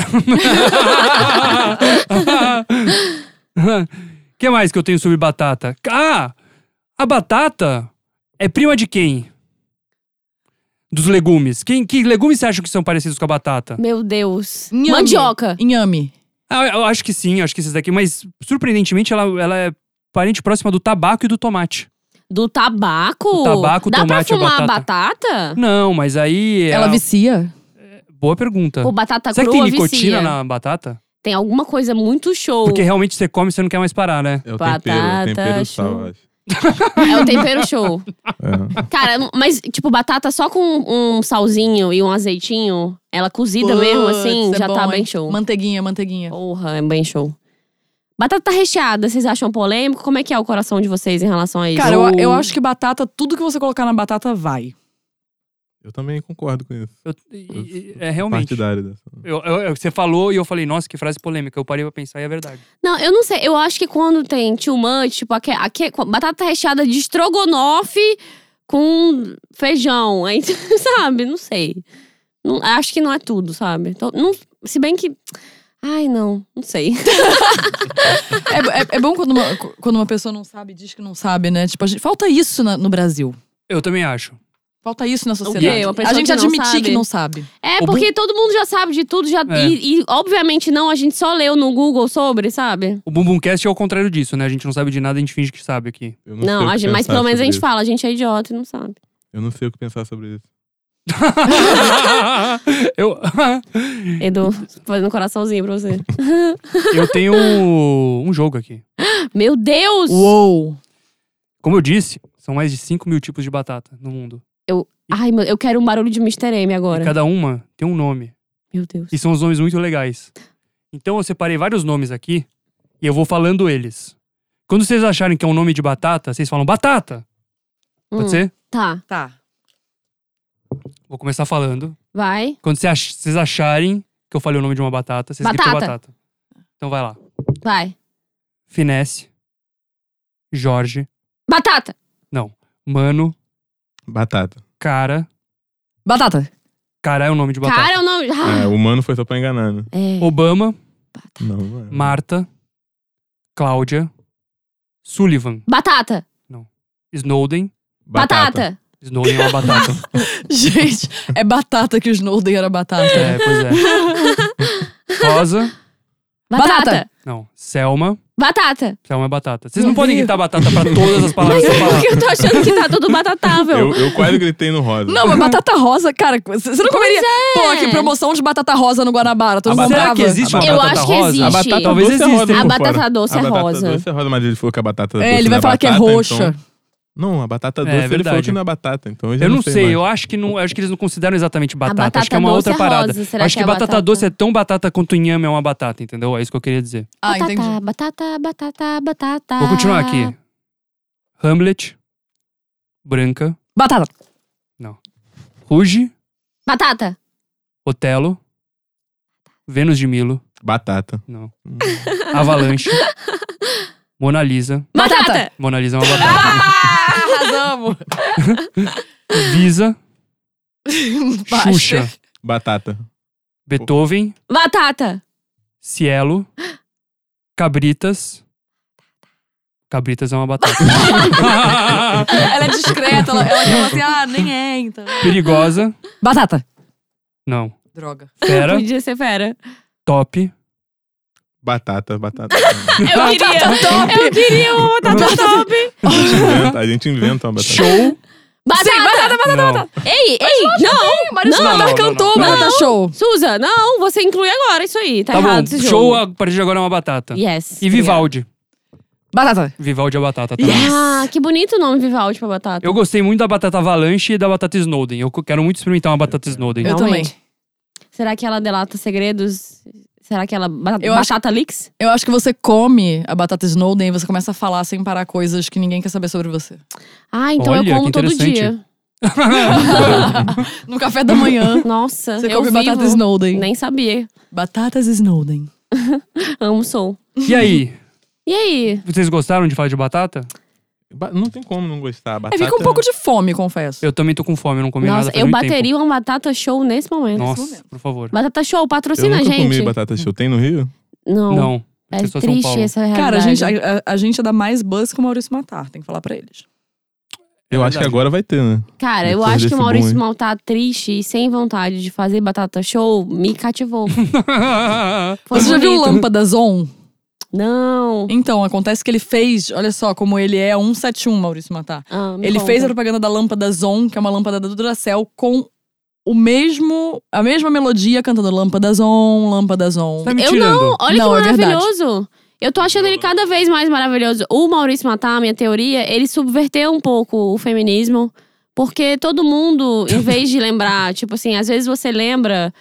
O que mais que eu tenho sobre batata? Ah! A batata é prima de quem? Dos legumes. Quem, que legumes você acha que são parecidos com a batata? Meu Deus. Inhame. Mandioca. Inhame. Ah, eu acho que sim, acho que esses daqui. Mas, surpreendentemente, ela, ela é parente próxima do tabaco e do tomate. Do tabaco? O tabaco, Dá tomate pra ou fumar a batata? batata? Não, mas aí. Ela um é- vicia. Boa pergunta. Ou batata Será que tem crua nicotina vicia? na batata? Tem alguma coisa muito show. Porque realmente você come e você não quer mais parar, né? É o Batata, tempero, é o tempero e show. sal, eu acho. É o tempero show. É. Cara, mas, tipo, batata só com um salzinho e um azeitinho, ela cozida mesmo, assim, Putz, é já tá bom, bem hein? show. Manteiguinha, manteiguinha. Porra, é bem show. Batata tá recheada, vocês acham polêmico? Como é que é o coração de vocês em relação a isso? Cara, eu, eu acho que batata, tudo que você colocar na batata vai. Eu também concordo com isso. Eu- e- e- é realmente. Partidário dessa. Eu- eu- eu- você falou e eu falei, nossa, que frase polêmica. Eu parei pra pensar e é verdade. Não, eu não sei. Eu acho que quando tem too much, tipo, aque, aque, batata recheada de estrogonofe com feijão, aí, sabe? Não sei. Não- acho que não é tudo, sabe? Tô- não- se bem que... Ai, não. Não sei. É, é- é bom quando uma, quando uma pessoa não sabe, diz que não sabe, né? Tipo, a gente- falta isso na- no Brasil. Eu também acho. Falta isso na sociedade. Uma pessoa a gente que não admitir sabe? que não sabe. É, O porque todo mundo já sabe de tudo, já É. e, e, obviamente não, a gente só leu no Google sobre, sabe? O Bumbumcast é o contrário disso, né? A gente não sabe de nada, a gente finge que sabe aqui. Eu Não, sei o a que gente, mas pensar pelo menos a sobre gente isso. fala, a gente é idiota e não sabe. Eu não sei o que pensar sobre isso. eu, Edu, fazendo um coraçãozinho pra você. eu tenho um jogo aqui. Meu Deus! Uou! Como eu disse, são mais de 5 mil tipos de batata no mundo. Ai, meu, eu quero um barulho de Mr. M E agora. cada uma tem um nome. Meu Deus. E são os nomes muito legais. Então eu separei vários nomes aqui e eu vou falando eles. Quando vocês acharem que é um nome de batata, vocês falam batata. Pode Hum, ser? Tá, Tá. Vou começar falando. vai. Quando cê ach- vocês acharem que eu falei o nome de uma batata, vocês gritam Batata. batata. Então vai lá. Vai. Finesse. Jorge. Batata! Mano. Batata. Cara. Batata. Cara é o nome de batata. Cara, eu não. É, Ah, o humano foi só pra enganar, né? é. Obama, Não, não é. Marta, Cláudia, Sullivan, Batata. Snowden. Batata. Snowden é uma batata. Gente, é batata que o Snowden era batata. é, pois é. Rosa. Batata. Não, Selma. Batata. Selma é batata. Vocês não Meu podem Deus. gritar batata pra todas as palavras que eu falar. Porque eu tô achando que tá tudo batatável. Eu, eu quase gritei no rosa. Não, mas batata rosa, cara, você não comeria. Pô, é. aqui promoção de batata rosa no Guanabara. Todo A mundo Será batata- comprava. que existe uma Eu batata acho que rosa? existe. A batata Talvez doce é exista. rosa por A fora. batata doce é a batata rosa. doce é rosa, mas ele falou que a batata doce É, ele não vai é falar que é batata, roxa. então- Não, a batata É, doce ele falou verdade. que não é batata, então eu já Eu não sei, sei, mais. eu acho que não, eu acho que eles não consideram exatamente batata, batata acho que é uma doce outra é parada. rosa, será acho que que, é batata batata? doce é tão batata quanto inhame é uma batata, entendeu? É isso que eu queria dizer. Ah, entendi. batata, batata, batata, batata. Vou continuar Ah. aqui. Hamlet, Branca, Batata. Ruge, Batata. Otelo, Vênus de Milo, Batata. não, Hum. Avalanche, Mona Lisa, Batata. Batata. Mona Lisa é uma batata, Ah, arrasamos. Visa, Baixa. Xuxa, Batata. Beethoven, Batata. Cielo, Cabritas, Cabritas é uma batata, Ela é discreta, ela, ela fala assim, ah, nem é, então. Perigosa, Batata. não, Droga. Fera, Podia ser é fera. top. Batata, batata. Eu queria. top. Eu queria um uma batata top. a, gente inventa, a gente inventa uma batata. Show. Batata. batata, Não. Ei, ei, não. Marius Não, Matar não, não, cantou não. batata show. Suza, não. Você inclui agora isso aí. Tá, Tá errado bom. esse jogo. Show a partir de agora é uma batata. Yes. E Vivaldi. Batata. Vivaldi é batata também. Yes. Ah, que bonito o nome Vivaldi pra batata. Eu gostei muito da batata avalanche e da batata Snowden. Eu quero muito experimentar uma batata Snowden. Eu também. Realmente. Será que ela delata segredos? Será que ela. Ba Eu acho- batata Leaks? Eu acho que você come a batata Snowden e você começa a falar sem parar coisas que ninguém quer saber sobre você. Ah, então Olha, eu como que todo interessante. dia. No café da manhã, Nossa, você eu come vivo. batata Snowden. Nem sabia. Batatas Snowden. Amo som. E aí? E aí? Vocês gostaram de falar de batata? Ba- não tem como não gostar. É, Batata. fica um pouco de fome, confesso. Eu também tô com fome, eu não comi Nossa, nada. faz eu muito tempo. bateria uma batata show nesse momento. Nossa, por favor. Batata show, Eu patrocina a nunca gente. comi batata show. Tem no Rio? Não. Não. É Vocês só São triste Paulo. essa realidade. Cara, a gente, a, a- a gente ia dar mais buzz que o Maurício Matar, tem que falar pra eles. Eu É acho que verdade. agora vai ter, né? Cara, eu Depois acho que desse o Maurício boom, Mal tá triste e sem vontade de fazer batata show me cativou. Foi Você já viu bonito. o Lâmpadas On? Não. Então, acontece que ele fez, olha só como ele é 171, Maurício Matar. Ah, me Ele conta. fez a propaganda da lâmpada Zon, que é uma lâmpada da Duracell, com o mesmo, a mesma melodia cantando lâmpada Zon, lâmpada Zon. Tá me Eu tirando. não, olha Não, que é verdade. maravilhoso. eu tô achando ele cada vez mais maravilhoso. O Maurício Matar, minha teoria, ele subverteu um pouco o feminismo. Porque todo mundo, em vez de lembrar, tipo assim, às vezes você lembra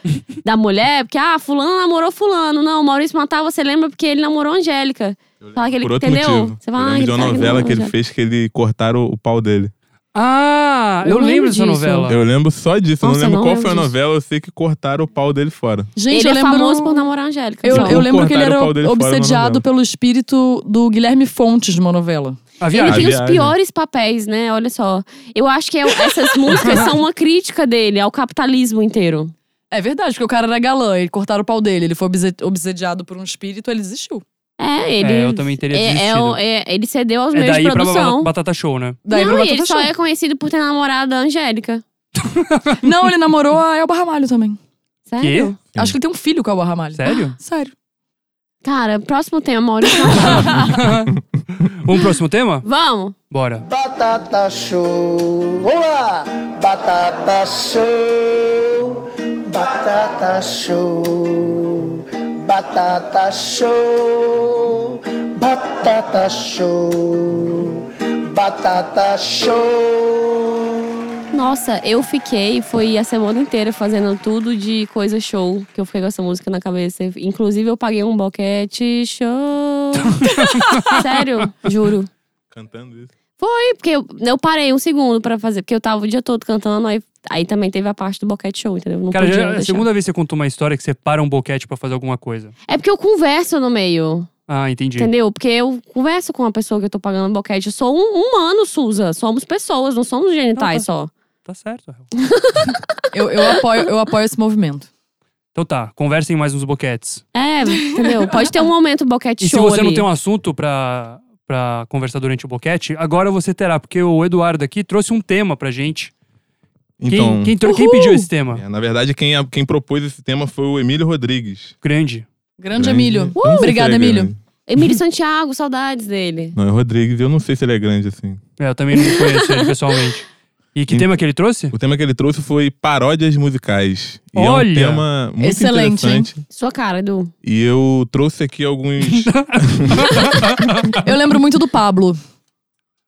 da mulher, porque, ah, fulano namorou fulano. Não, o Maurício Matar você lembra porque ele namorou a Angélica. Fala que ele, Por outro entendeu? motivo. Você fala, eu ah, lembro de uma será novela namorou que ele Angélica? fez que ele cortaram o pau dele. Ah, eu Não lembro lembro dessa disso. novela. Eu lembro só disso. Nossa, não lembro não qual lembro foi a disso. novela. Eu sei que cortaram o pau dele fora. Gente, ele eu é lembro... famoso por namorar a Angélica. um Eu, só. eu lembro que ele Cortaram o era pau dele fora, obsediado manobrava. pelo espírito do Guilherme Fontes numa novela. A Ele viagem. tem os viagem. piores papéis, né? Olha só. Eu acho que é- essas músicas são uma crítica dele ao capitalismo inteiro. É verdade, porque o cara era galã, ele cortaram o pau dele, ele foi obse- obsediado por um espírito, ele desistiu. É, ele. É, eu também teria é, é o- desistido. é- ele cedeu aos É meios de daí pra produção. batata show, né? Daí não, pra e batata ele só show. é conhecido por ter namorado a Angélica. é- Não, ele namorou a Elba Ramalho também. Sério? Sim. Acho que ele tem um filho com a Elba Ramalho. Sério? Sério. Cara, próximo tema, Maurício. Vamos pro próximo tema? Vamos! Bora. Batata show, olá! Batata show, batata show, batata show, batata show, batata show. Nossa, eu fiquei, foi a semana inteira fazendo tudo de coisa show, que eu fiquei com essa música na cabeça. Inclusive, eu paguei um boquete show. Sério, juro. Cantando isso. Foi, porque eu, eu parei um segundo pra fazer, porque eu tava o dia todo cantando, aí, aí também teve a parte do boquete show, entendeu? Não Cara, podia já é a deixar. segunda vez que você contou uma história que você para um boquete pra fazer alguma coisa. É porque eu converso no meio. Ah, entendi. Entendeu? Porque eu converso com a pessoa que eu tô pagando boquete. Eu sou um humano, Suza. Somos pessoas, não somos genitais só. Tá certo, Raul. Eu, eu, apoio, eu apoio esse movimento. Então tá, conversem mais nos boquetes. É, entendeu? Pode ter um momento boquete E se show você ali. não tem um assunto pra, pra conversar durante o boquete, agora você terá, porque o Eduardo aqui trouxe um tema pra gente. Quem- Então, quem, tro- quem Uhul! pediu esse tema? é, na verdade, quem, quem propôs esse tema foi o Emílio Rodrigues. Grande. Grande, Grande. Emílio. Uh! Não sei se Obrigada, ele é Emílio. grande. Emílio Santiago, saudades dele. Não, é Rodrigues, eu não sei se ele é grande assim. É, eu também não conheço ele pessoalmente. E que Em- tema que ele trouxe? O tema que ele trouxe foi paródias musicais. E é Olha! um tema muito Excelente, interessante. Sua cara, Edu. E eu trouxe aqui alguns. Eu lembro muito do Pablo.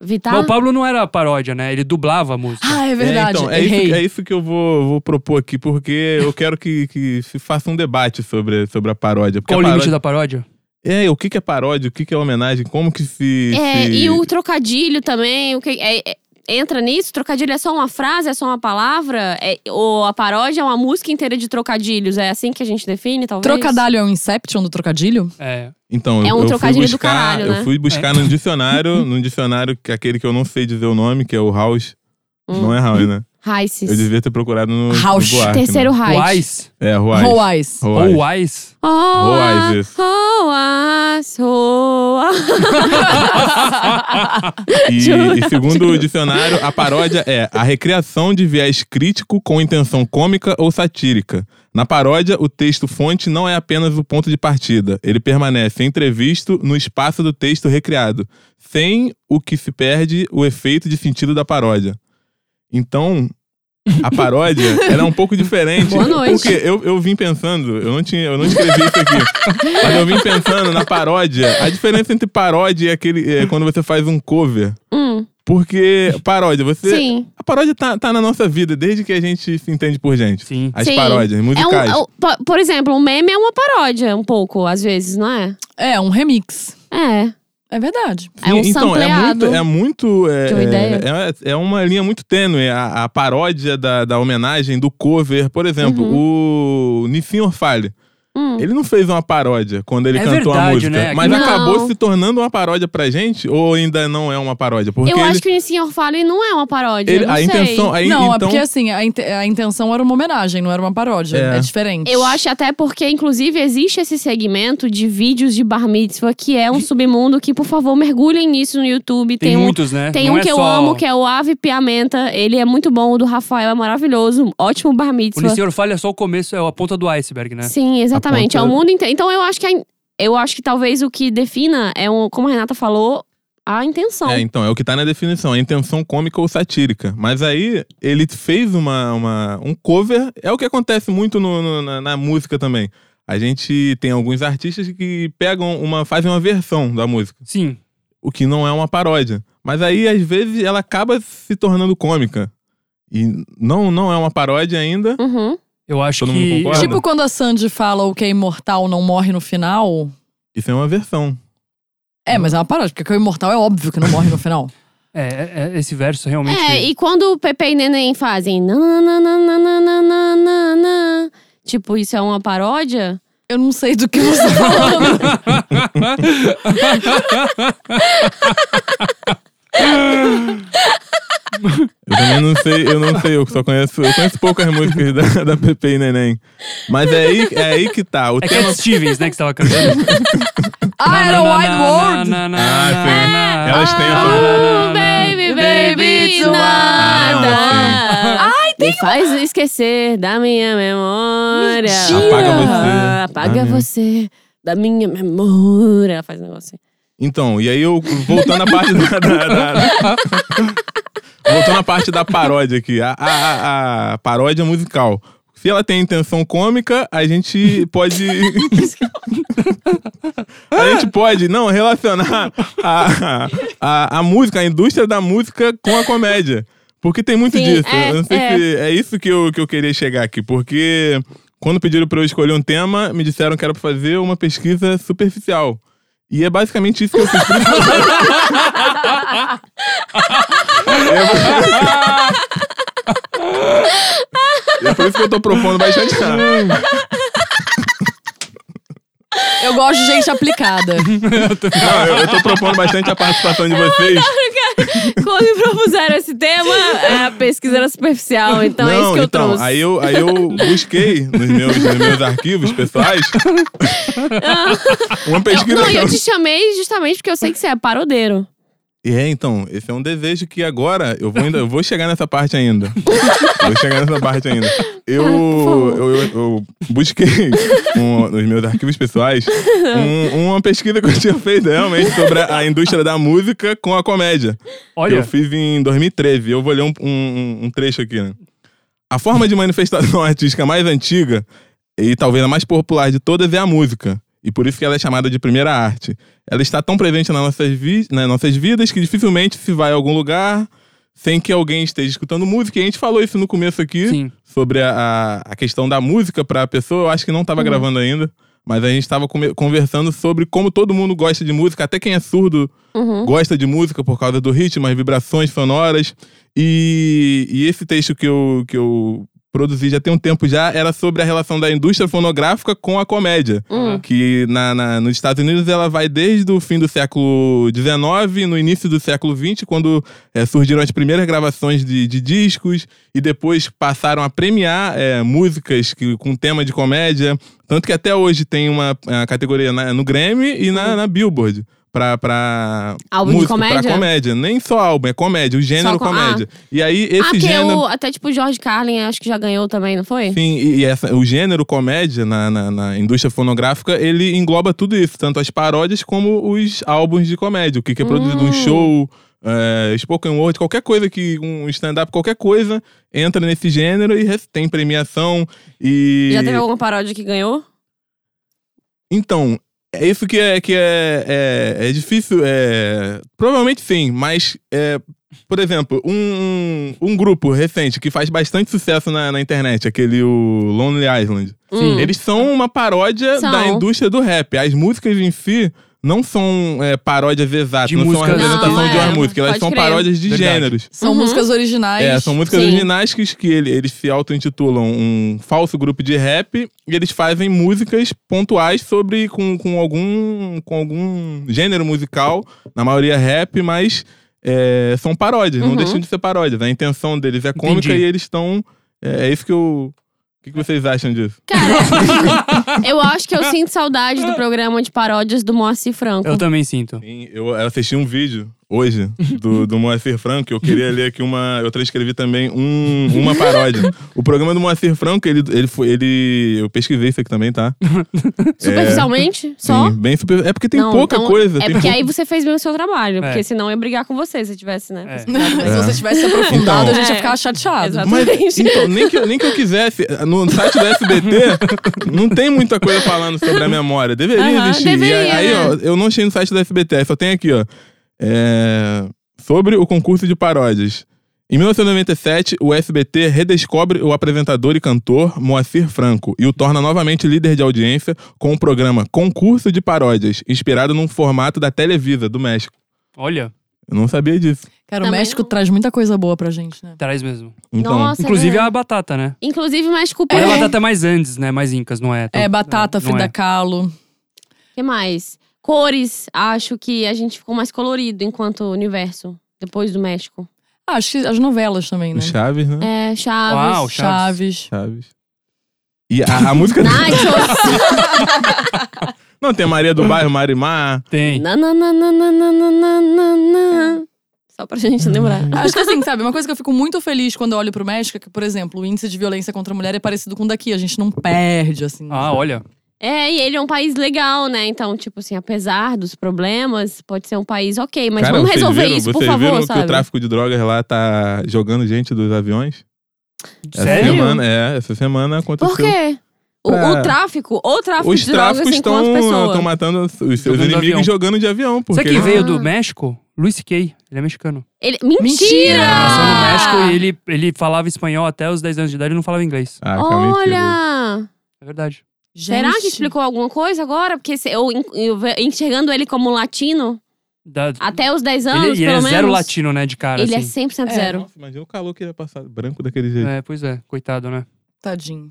Vitar? Mas o Pablo não era paródia, né? Ele dublava a música. Ah, é É, verdade. então, é isso, Errei. é isso que eu vou, vou propor aqui, porque eu quero que, que se faça um debate sobre, sobre a paródia. Porque Qual o a limite paródia- da paródia? É, o que, que é paródia, o que, que é homenagem, como que se. É, se- e o trocadilho também, o que é- é- entra nisso? Trocadilho é só uma frase, é só uma palavra? É- ou a paródia é uma música inteira de trocadilhos? É assim que a gente define, talvez? Trocadalho é o Inception do trocadilho? É. Então, É eu- um eu fui trocadilho do buscar, caralho, né? Eu fui buscar num dicionário, num dicionário, que é aquele que eu não sei dizer o nome, que é o House. Hum. Não é House, né? Heises. Eu devia ter procurado no. no House. Buarque, né? Terceiro O Heiss. Ice. É, Ruais. Roais. Ou o Ice. Oh, Roais, isso. Roas, Roas. E, e segundo o dicionário, a paródia é a recriação de viés crítico com intenção cômica ou satírica. Na paródia, o texto-fonte não é apenas o ponto de partida. Ele permanece entrevisto no espaço do texto recriado, sem o que se perde o efeito de sentido da paródia. Então, a paródia ela é um pouco diferente. Boa noite. Porque eu, eu vim pensando, eu não, tinha, eu não escrevi isso aqui, mas eu vim pensando na paródia. A diferença entre paródia e aquele, é quando você faz um cover. Hum, Porque paródia, você. sim. A paródia tá, tá na nossa vida desde que a gente se entende por gente. Sim. As Sim. paródias É um, musicais. é um- po- por exemplo, um meme é uma paródia, um pouco, às vezes, não é? É, um remix. É. É verdade. é um então, é muito. sampleado. É, muito é, De uma ideia. é, é uma linha muito tênue. A, a paródia da, da homenagem, do cover. Por exemplo, o Nissin Orfale. Uhum. Hum. Ele não fez uma paródia quando ele É cantou a verdade, música. né? Mas Não. acabou se tornando uma paródia pra gente? Ou ainda não é uma paródia? Porque Eu ele, acho que o Nissin Orfale não é uma paródia, ele- eu não a sei. intenção. A, não, então, é porque assim, a, inte- a intenção era uma homenagem, não era uma paródia. É, É. diferente. Eu acho até porque, inclusive, existe esse segmento de vídeos de bar mitzvah, que é um submundo que, por favor, mergulhem nisso no YouTube. Tem, Tem, um, muitos, né? tem Não um é que eu só- amo, que é o Ave Piamenta. Ele é muito bom, o do Rafael é maravilhoso. Ótimo bar O mitzvah. Nissin falha é só o começo, é a ponta do iceberg, né? Sim, exatamente. A É o ponta- mundo inteiro. Então eu acho que a in- eu acho que talvez o que defina é um, como a Renata falou, a intenção. É, então, é o que tá na definição, a intenção cômica ou satírica. Mas aí, ele fez uma, uma- um cover, é o que acontece muito no- no- na, na música também. A gente tem alguns artistas que pegam uma, fazem uma versão da música, Sim. o que não é uma paródia. Mas aí, às vezes, ela acaba se tornando cômica. E não, não é uma paródia ainda. Uhum. Eu acho Todo mundo que. concorda? Tipo quando a Sandy fala o que é imortal não morre no final. Isso é uma versão. É, mas é uma paródia, porque o que é imortal é óbvio que não morre no final. É, é- é, esse verso realmente. É, e quando o Pepe e Neném fazem nananana, tipo, isso é uma paródia? Eu não sei do que você tá falando. Eu também não sei, eu não sei, eu só conheço, eu conheço poucas músicas da, da Pepe e Neném. Mas é aí, é aí que tá. O É que tema é Stevens, né, que estava cantando. ah, era o Wide World! Ah, sim. Elas têm essa- Oh, baby, baby, Baby, nada. Ai, tem Me faz esquecer da minha memória. Mentira. Apaga você. Apaga Ah, meu. você da minha memória. Ela faz um negócio assim. Então, e aí eu voltando à parte da. da- da- da- voltando à parte da paródia aqui. A, a- a- a paródia musical. Se ela tem intenção cômica, a gente pode. a gente pode, não, relacionar a, a, a música, a indústria da música com a comédia. Porque tem muito Sim, disso. é, eu não sei é. se- é isso que eu, que eu queria chegar aqui. Porque quando pediram pra eu escolher um tema, me disseram que era pra fazer uma pesquisa superficial. E é basicamente isso que eu fiz. Por isso que eu- É por isso que eu tô propondo bastante. Eu Eu gosto de gente aplicada. Não, eu, eu tô propondo bastante a participação de é vocês. Quando me propuseram esse tema, a pesquisa era superficial, então é isso que eu então, trouxe. Aí eu, aí eu busquei nos meus, nos meus arquivos pessoais uma Eu- pesquisa. não, e que eu eu- te chamei justamente porque eu sei que você é parodeiro. E é, então, esse é um desejo que agora eu vou, ainda, eu vou chegar nessa parte ainda. vou chegar nessa parte ainda. Eu, eu, eu- eu busquei um- nos meus arquivos pessoais um- uma pesquisa que eu tinha feito realmente sobre a, a indústria da música com a comédia. Que Olha, eu fiz em 2013. Eu vou ler um, um- um trecho aqui, né? A forma de manifestação artística mais antiga e talvez a mais popular de todas é a música. E por isso que ela é chamada de primeira arte. Ela está tão presente nas nossas, vi- nas nossas vidas que dificilmente se vai a algum lugar sem que alguém esteja escutando música. E a gente falou isso no começo aqui, Sim. sobre a, a- a questão da música para a pessoa. Eu acho que não Uhum. estava gravando ainda, mas a gente estava conversando sobre como todo mundo gosta de música, até quem é surdo gosta de música por causa do ritmo, as vibrações sonoras. E, e esse texto que eu, que eu produzi já tem um tempo já era sobre a relação da indústria fonográfica com a comédia. Uhum. Que na, na- nos Estados Unidos ela vai desde o fim do século XIX, no início do século XX, quando eh, surgiram as primeiras gravações de, de discos, e depois passaram a premiar eh, músicas que, com tema de comédia. Tanto que até hoje tem uma, eh, categoria na- no Grammy e na, na Billboard. Pra, pra Álbum de música, comédia? Pra comédia. Nem só álbum, é comédia, o gênero com- comédia. E aí, ah, esse porque gênero. o- até tipo o George Carlin acho que já ganhou também, não foi? Sim, e, e essa, o gênero comédia na, na, na indústria fonográfica, ele engloba tudo isso, tanto as paródias como os álbuns de comédia, o que, que é produzido, Hum. um show, é, spoken word, qualquer coisa que, um stand-up, qualquer coisa, entra nesse gênero e rece- tem premiação e... Já teve alguma paródia que ganhou? Então, é isso que é, que é, é, é difícil. É... Provavelmente sim, mas, é, por exemplo, um, um, um grupo recente que faz bastante sucesso na, na internet, aquele o Lonely Island. Sim. Eles são uma paródia São. da indústria do rap. As músicas em si. Não são é, paródias exatas, De não música. são a representação Não, de uma é, música, elas pode são crer. paródias de Verdade. gêneros. São Uhum. músicas originais. É, são músicas Sim. originais que, que ele- eles se auto-intitulam um falso grupo de rap e eles fazem músicas pontuais sobre com, com, algum, com algum gênero musical, na maioria rap, mas é, são paródias, não Uhum. deixam de ser paródias. A intenção deles é cômica Entendi. e eles estão. É, é isso que eu. O que, que vocês acham disso? Eu acho que eu sinto saudade do programa de paródias do Moacir Franco. eu também sinto. Sim, eu assisti um vídeo hoje do, do Moacir Franco. Eu queria ler aqui uma. Eu transcrevi também um- uma paródia. O programa do Moacir Franco, ele, ele foi. Ele, eu pesquisei isso aqui também, tá? Superficialmente, só? Sim, bem super. É porque tem Não, pouca então, coisa. É tem porque pou- aí você fez bem o seu trabalho, É. porque senão eu ia brigar com você se tivesse, né? É. Se você tivesse se aprofundado, a gente ia ficar chateado. Exato. Mas, Exatamente. então, nem que, eu- nem que eu quisesse, no site do SBT, não tem muita coisa falando sobre a memória. Deveria Aham, existir. E deveria, né? aí, ó, eu não achei no site do SBT, aí só tem aqui, ó. É, sobre o concurso de paródias. Em 1997, o SBT redescobre o apresentador e cantor Moacir Franco e o torna novamente líder de audiência com o programa Concurso de Paródias, inspirado num formato da Televisa, do México. Olha, Eu não sabia disso. Cara, o Também México não. traz muita coisa boa pra gente, né? traz mesmo. Então, Nossa, Inclusive é a verdade. batata, né? Inclusive, mais culpa. Mas a tá O batata é mais Andes, né? Mais Incas, não é? É, batata, não Frida é. Kahlo. que mais? Cores, acho que a gente ficou mais colorido enquanto universo, depois do México. Ah, acho que as novelas também, o né? Chaves, né? É, Chaves. Uau, Chaves. Chaves. Chaves. E a, a música. Nachos. Não, tem Maria do Bairro, Marimar. Tem. Na, na, na, na, na, na, na, na, na. Só pra Hum. gente lembrar. Acho que assim, sabe? Uma coisa que eu fico muito feliz quando eu olho pro México é que, por exemplo, o índice de violência contra a mulher é parecido com o daqui. A gente não perde, assim. Ah, olha. É, e ele é um país legal, né? Então, tipo assim, apesar dos problemas, pode ser um país ok, mas Cara, vamos vocês resolver viram- isso, por vocês viram favor, que sabe? o tráfico de drogas lá tá jogando gente dos aviões? Essa Sério? semana, é, essa semana aconteceu. Por quê? O, Pra- o tráfico, o tráfico Os de drogas tráficos enquanto estão pessoa. matando os seus Jogando de inimigos avião. jogando de avião. Porque Sabe quem eles- veio Ah. do México? Luis C.K. Ele é mexicano. Ele... Mentira! Mentira! Nasceu no México Ah! e ele, ele falava espanhol até os 10 anos de idade e não falava inglês. Ah, cara, mentira. Olha! É verdade. Será que Gente. explicou alguma coisa agora? Porque se- eu, en- eu ve- enxergando ele como latino, Da- até os 10 ele anos, ele pelo é menos. zero latino, né? De cara, Ele assim. é 100% É, zero. Nossa, imagina o calor que ia passar branco daquele jeito. É, pois é. Coitado, né? Tadinho.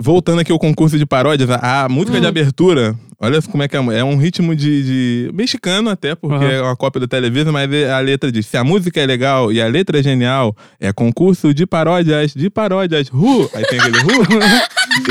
Voltando aqui ao concurso de paródias, a, a música de Hum. abertura, olha como é que é. É um ritmo de, de- mexicano até, porque Aham. é uma cópia do Televisa, mas a letra diz: se a música é legal e a letra é genial, é concurso de paródias, de paródias, ru! Aí tem aquele ru.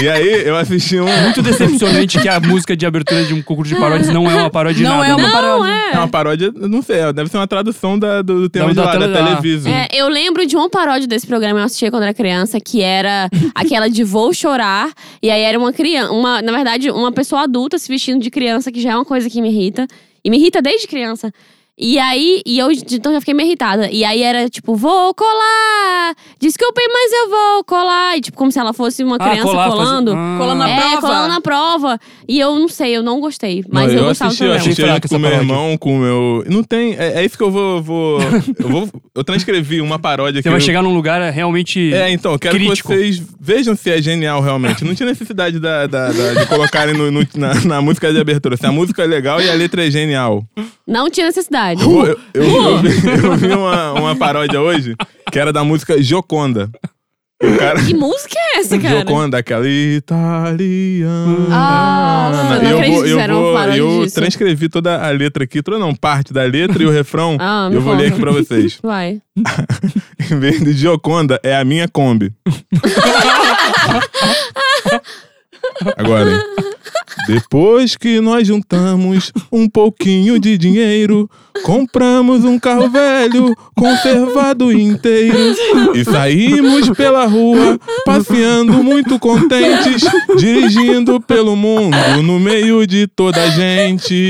e aí eu assisti um. Muito decepcionante que a música de abertura de um concurso de paródias não é uma paródia de não nada. é uma né? paródia. É uma paródia, não sei, é, deve ser uma tradução da- do, do tema Não, de da lá, da tele- ah. Televisa. É, eu lembro de uma paródia desse programa que eu assistia quando era criança, que era aquela de Vou Chorar. E aí era uma criança, uma, na verdade, uma pessoa adulta se vestindo de criança, que já é uma coisa que me irrita. E me irrita desde criança. E aí, e eu de- então já fiquei meio irritada. E aí era tipo, vou colar! Desculpem, mas eu vou colar. E tipo, como se ela fosse uma Ah, criança colar, fazer- colando. Ah. Colando na é, prova. colando na prova. E eu não sei, eu não gostei. Mas Não, eu, eu gostava assisti, do eu programa. assisti Achei junto fraca com essa meu paródia. irmão, com meu. Não tem. É, é isso que eu vou. vou- eu, vou eu transcrevi uma paródia Você que vai eu- chegar num lugar é, realmente. É, então, eu quero Crítico. que vocês vejam se é genial realmente. Não tinha necessidade da, da- da- de colocarem no- no- na, na música de abertura. Se a música é legal e a letra é genial. Não tinha necessidade. Eu, eu- eu vi, eu vi uma, uma paródia hoje que era da música Joconda. O cara. Que música é Um essa, cara? Joconda, aquela italiana. Ah, eu não eu acredito vou, que eu, fizeram uma vou- paródia eu disso. transcrevi toda a letra aqui, toda não, parte da letra e o refrão. Ah, me eu vou ler conta. aqui pra vocês. Vai. em vez de Gioconda, é a minha Kombi. Agora. hein? Depois que nós juntamos um pouquinho de dinheiro, compramos um carro velho, conservado inteiro, e saímos pela rua, passeando muito contentes, dirigindo pelo mundo, no meio de toda a gente.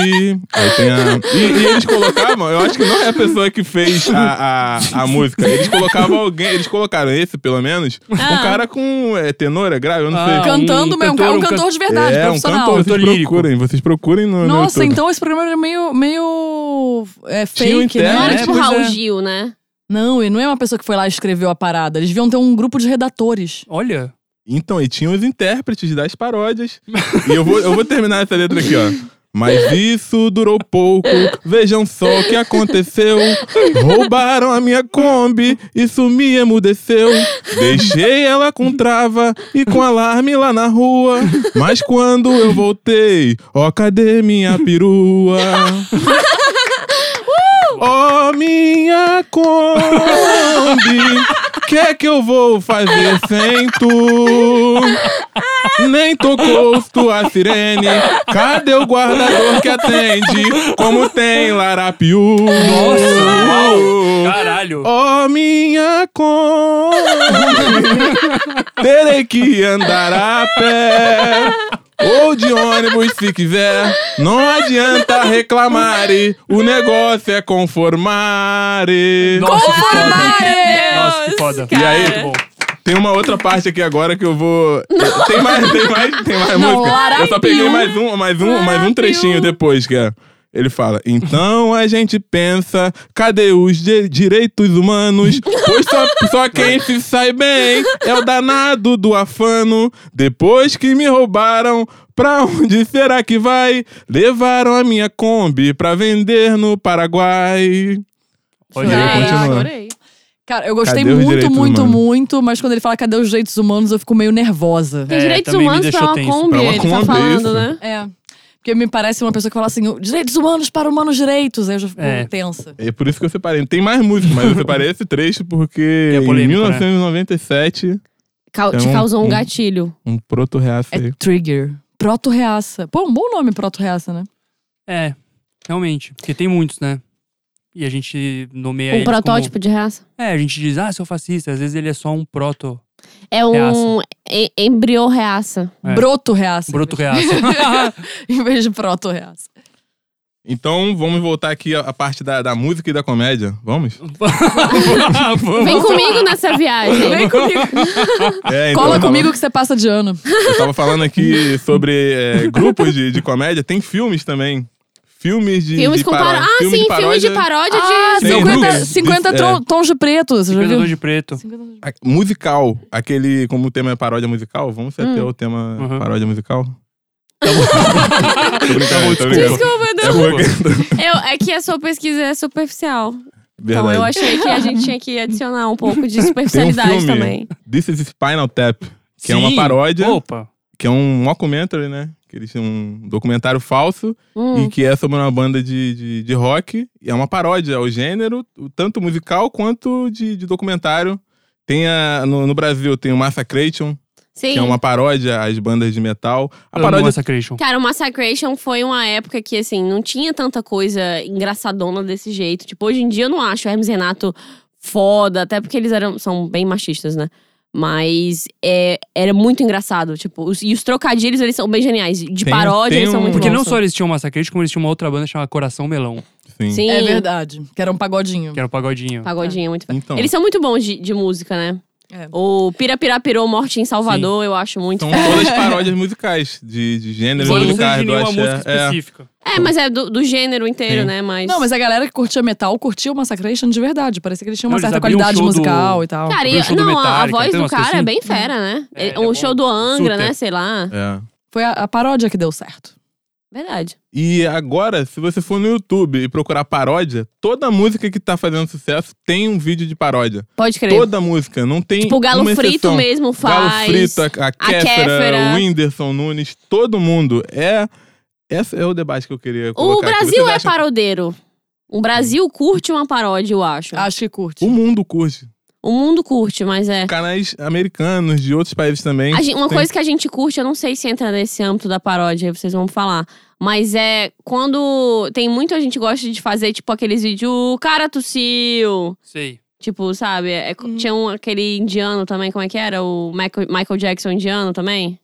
Aí tem a- E, e eles colocavam, eu acho que não é a pessoa que fez a, a, a música, eles colocavam alguém, eles colocaram esse, pelo menos, um cara com é, tenor, é grave, eu não sei. Ah, Cantando um mesmo, cantor, um um cantor can- de verdade, É, um profissional. cantor, Cantor vocês lírico. procurem, vocês procurem no, no Nossa, YouTube. então esse programa era meio, meio é, Tinha um fake, interno, Não né? era É, tipo pois Raul é. Gil, né? Não, e não é uma pessoa que foi lá e escreveu a parada. Eles deviam ter um grupo de redatores. Olha. Então, e tinha os intérpretes das paródias. e eu vou, eu vou terminar essa letra aqui, ó. Mas isso durou pouco. Vejam só o que aconteceu. Roubaram a minha Kombi, isso me emudeceu. Deixei ela com trava e com alarme lá na rua. Mas quando eu voltei, ó, cadê minha perua? Ó, minha Kombi, que é que eu vou fazer sem tu? Nem tocou tua sirene. Cadê o guardador que atende? Como tem Larapiú? Nossa! Caralho. Ó minha Kombi, terei que andar a pé. Ou de ônibus se quiser, não adianta reclamar. O negócio é conformar. Nossa, que foda. Nossa, que foda. E aí? Muito bom. Tem uma outra parte aqui agora que eu vou. Tem mais, tem mais, tem mais Não, música. Eu só Larapiu. peguei mais um, mais um, mais um trechinho depois, que é. Ele fala, então a gente pensa, cadê os di- direitos humanos? Pois só, só quem se sai bem é o danado do afano. Depois que me roubaram, pra onde será que vai? Levaram a minha Kombi pra vender no Paraguai. Pode Vai. ir, continua. É, adorei. É, Cara, eu gostei Cadê os muito, direitos muito, humanos? muito, mas quando ele fala cadê os direitos humanos, eu fico meio nervosa. Tem É, direitos também me humanos pra deixou uma tenso. Kombi, Pra uma ele tá Kombi, falando, isso. né? É. Porque me parece uma pessoa que fala assim, direitos humanos para humanos direitos. Aí eu já fico É. tensa. É por isso que eu separei. Tem mais música, mas eu separei esse trecho porque É polêmico, né? em 1997, Cau- Te Então, causou um um- gatilho. um proto reaça É aí. Trigger. Proto-reaça. Pô, um bom nome proto-reaça, né? É, realmente. Porque tem muitos, né? E a gente nomeia Um eles como- protótipo de raça. É, a gente diz, ah, seu fascista. Às vezes ele é só um proto. É um Reaça. e- embrião reaça. É. Broto-reaça. Broto assim, reaça. em vez de proto-reaça. Então vamos voltar aqui à à parte da, da música e da comédia. Vamos? Vem comigo nessa viagem. Vem comigo. É, então, Cola eu tava- comigo que você passa de ano. Eu tava falando aqui sobre é, grupos de, de comédia. Tem filmes também. Filmes de. Filmes de com paródia. paródia. Ah, sim, filmes de paródia Ah, de. Tem 50, Lucas. 50 tron- tons de preto, você já Vendedor viu? É. de preto. a- Musical. Aquele, como o tema é paródia musical, vamos Hum. ser até o tema Uhum. paródia musical? Tô brincando, tô brincando. Tá Desculpa, É não. porque- Eu- é que a sua pesquisa é superficial. Então Verdade. eu achei que a gente tinha que adicionar um pouco de Tem um superficialidade filme, também. This is Spinal Tap. Que é uma Sim. paródia. Opa. que é um mockumentary, né? Que eles têm um documentário falso Hum. e que é sobre uma banda de, de, de rock. E é uma paródia ao gênero, o- tanto musical quanto de, de documentário. Tem a, no, no Brasil tem o Massacration, Sim. que é uma paródia às bandas de metal. A Amo paródia essa Creation. Cara, o Massacration foi uma época que, assim, não tinha tanta coisa engraçadona desse jeito. Tipo, hoje em dia eu não acho o Hermes e Renato foda, até porque eles eram, são bem machistas, né? Mas é, era muito engraçado. Tipo, os- e os trocadilhos, eles são bem geniais. De Tem- paródia, tem eles são um- muito Porque não bons. só eles tinham Massacration, como eles tinham uma outra banda chamada Coração Melão, sim. Sim, É verdade. Que era um pagodinho. que era o Pagodinho. Pagodinho é muito Então, Eles são muito bons de, de música, né? É. O Pira Pira Pirou Morte em Salvador, eu acho muito. são todas paródias musicais, de, de gênero Só não precisa musicais, de do nenhuma música axé. É, específica. É, mas é do, do gênero inteiro, Sim. né? Mas... Não, mas a galera que curtia metal curtia o Massacration de verdade. Parecia que eles tinham uma Não, eles certa abriam o qualidade show do- musical e tal. Cara, Abriu e- o show do não, a- a, Metallica, voz tem do umas cara coisas é assim. bem fera, né? É, um é show bom. do Angra, Super. né? Sei lá. é. Foi a, a paródia que deu certo. Verdade. E agora, se você for no YouTube e procurar paródia, toda música que tá fazendo sucesso tem um vídeo de paródia. Pode crer. Toda música, não tem. tipo, o Galo uma Frito exceção. mesmo Galo faz. é Frito, a, a Kéfera, Kéfera. o Whindersson Nunes, todo mundo. É. Esse é o debate que eu queria O colocar. aqui. Brasil Vocês é acham- parodeiro. O Brasil curte uma paródia, eu acho. Ah. Acho que curte. Um O mundo curte. O mundo curte, mas é. Canais americanos, de outros países também. A gente- uma tem- coisa que a gente curte, eu não sei se entra nesse âmbito da paródia, vocês vão falar. Mas é quando. Tem muito a gente gosta de fazer, tipo, aqueles vídeos. "O Cara tossiu. Sei. Tipo, sabe? é- Tinha um, aquele indiano também, como é que era? O Michael, Michael Jackson indiano também?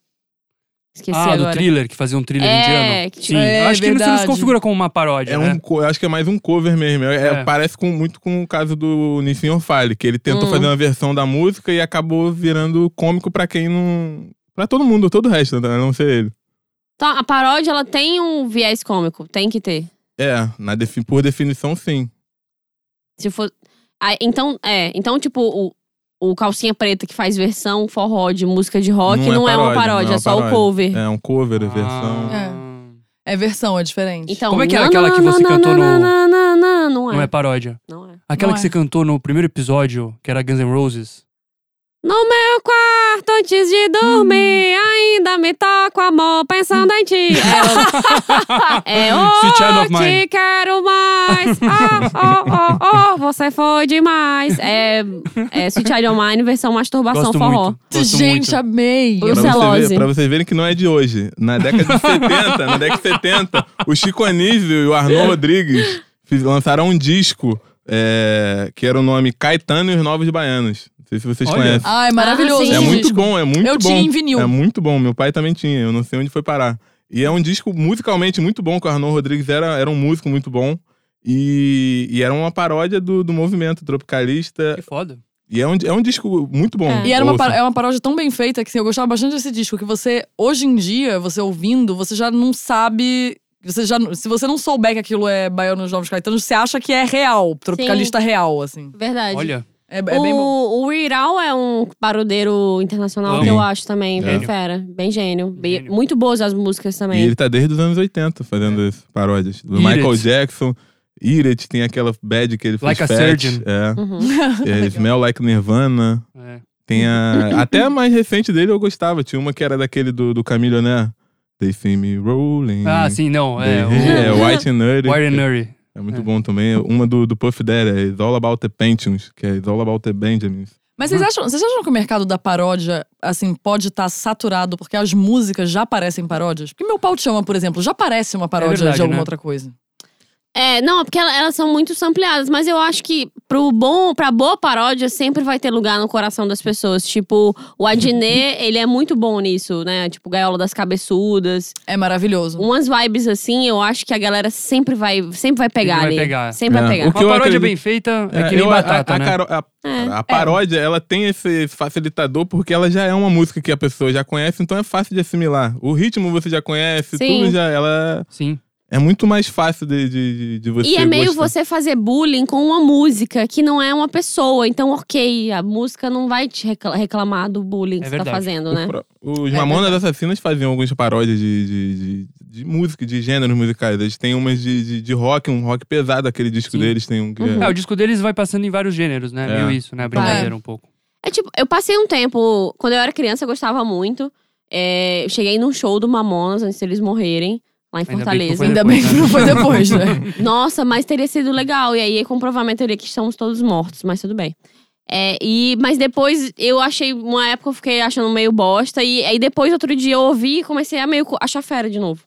Esqueci ah, do é agora. thriller, que fazia um thriller É, indiano. que- Sim. É, Eu acho que ele não se verdade. configura como uma paródia. É né? um, co- eu acho que é mais um cover mesmo. É- é- É. Parece com, muito com o caso do Nissin Orfale, que ele tentou Hum. fazer uma versão da música e acabou virando cômico pra quem não. Pra todo mundo, todo o resto, né? a não ser ele. Então, a paródia, ela tem um viés cômico. Tem que ter. É, na defi- por definição, sim. Se for... Ah, então, é. Então, tipo, o, o Calcinha Preta que faz versão forró de música de rock não, é, uma paródia, não é só paródia. o cover. É um cover, a Ah. versão. É versão, é diferente. Então, Como é que era na- aquela que na- você na- cantou na- no- na- na- na- Não Não é é. paródia. Não é. Aquela Não que é. você cantou no primeiro episódio, que era Guns N' Roses. No meu quarto, antes de Hum. dormir, ainda me toco amor pensando em ti. É, eu Sweet Child é of eu te Mine. quero mais. Ah, oh, oh, oh, você foi demais. É, é Sweet Child of Mine, versão masturbação Gosto forró. muito. Gosto Gente, muito. amei. Eu- Pra você, Brucelose. ver, pra vocês verem que não é de hoje. Na década de 70, na década de 70, o Chico Anísio e o É. Arnon Rodrigues fiz- lançaram um disco é, que era o nome Caetano e os Novos Baianos. Não sei se vocês Olha. conhecem. Ai, maravilhoso. Ah, sim. É esse muito disco. bom, é muito Eu bom. tinha em vinil. É muito bom, meu pai também tinha, eu não sei onde foi parar. E é um disco musicalmente muito bom, que o Arnon Rodrigues era, era um músico muito bom. E, e era uma paródia do, do movimento tropicalista. Que foda. E é um, é um disco muito bom. É. E era uma, Ouçam. par- é uma paródia tão bem feita que assim, eu gostava bastante desse disco. Que você, hoje em dia, você ouvindo, você já não sabe. Você já, se você não souber que aquilo é Baianos Novos Caetanos, você acha que é real, tropicalista real, assim. Verdade. Olha, É, é bem bom. o, o Iral é um parodeiro internacional Amo. que eu acho também, bem É. fera, bem gênio. Bem- Gênio. muito boas as músicas E também. ele tá desde os anos 80 É. fazendo isso, paródias. Do Eat Michael It. Jackson. Eat It, tem aquela bad que ele fez. Like a Fat, Surgeon. É. Uhum. é Smell Like Nirvana. é. Tem a. Até a mais recente dele eu gostava. Tinha uma que era daquele do, do Camilo, né? They See Me Rolling. Ah, sim, não. They- É, é, o... White and Nerdy. Wire and Nuri. É muito É. bom também. Uma do, do Puff Daddy, é It's All About the Paintings, que é It's All About the Benjamins. Mas vocês acham, vocês acham que o mercado da paródia, assim, pode estar saturado porque as músicas já parecem paródias? Porque Meu Pau Te Chama, por exemplo, já parece uma paródia verdade, de alguma né? outra coisa. É, não, é porque ela- elas são muito sampleadas, mas eu acho que pro bom, pra boa paródia sempre vai ter lugar no coração das pessoas. Tipo, o Adnet, ele é muito bom nisso, né? Tipo, Gaiola das Cabeçudas. É maravilhoso. Umas vibes assim, eu acho que a galera sempre vai, sempre vai pegar vai ali. pegar. Sempre É. vai O pegar. Uma que eu paródia acredito- bem feita é, que eu- nem a- batata, a, né? caro- a- É. a paródia, ela tem esse facilitador porque ela já é uma música que a pessoa já conhece, então é fácil de assimilar. O ritmo você já conhece, Sim. tudo já. Ela Sim. é muito mais fácil de, de, de- de você. E é meio gostar. você fazer bullying com uma música que não é uma pessoa. Então, ok, a música não vai te recla- reclamar do bullying que É você tá verdade. fazendo, O né? pro- Os Mamonas Assassinas faziam algumas paródias de, de, de, de música, de gêneros musicais. Eles têm umas de, de, de rock, um rock pesado, aquele disco Sim. Uhum. deles tem um que é- É, o disco deles vai passando em vários gêneros, né? É. Meio isso, né? A brincadeira um pouco. É tipo, eu passei um tempo. Quando eu era criança, eu gostava muito. É, eu cheguei num show do Mamonas antes deles morrerem, lá em Ainda bem que não Fortaleza. foi Ainda bem depois, que né? não foi depois, né? Nossa, mas teria sido legal. E aí comprovar minha teoria que estamos todos mortos, mas tudo bem. É, e, mas depois eu achei, uma época eu fiquei achando meio bosta. E aí depois, outro dia, eu ouvi e comecei a meio co- achar fera de novo.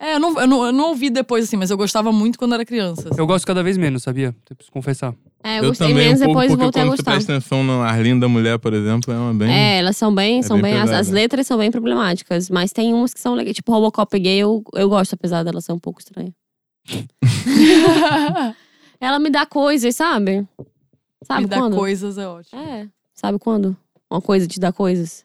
É, eu não, eu, não, eu não ouvi depois, assim, mas eu gostava muito quando era criança. assim. Eu gosto cada vez menos, sabia? Eu preciso confessar. É, eu, gostei um menos, depois um porque voltei a quando você gostar. presta atenção na Arlinda Mulher, por exemplo, é uma bem... É, elas são bem, É são bem bem, as, pesado, as né? letras são bem problemáticas, mas tem umas que são legais. Tipo, Robocop gay eu, eu gosto, apesar dela ser um pouco estranha. Ela me dá coisas, sabe? Sabe Me dá quando? coisas, é ótimo. É, sabe quando? Uma coisa te dá coisas.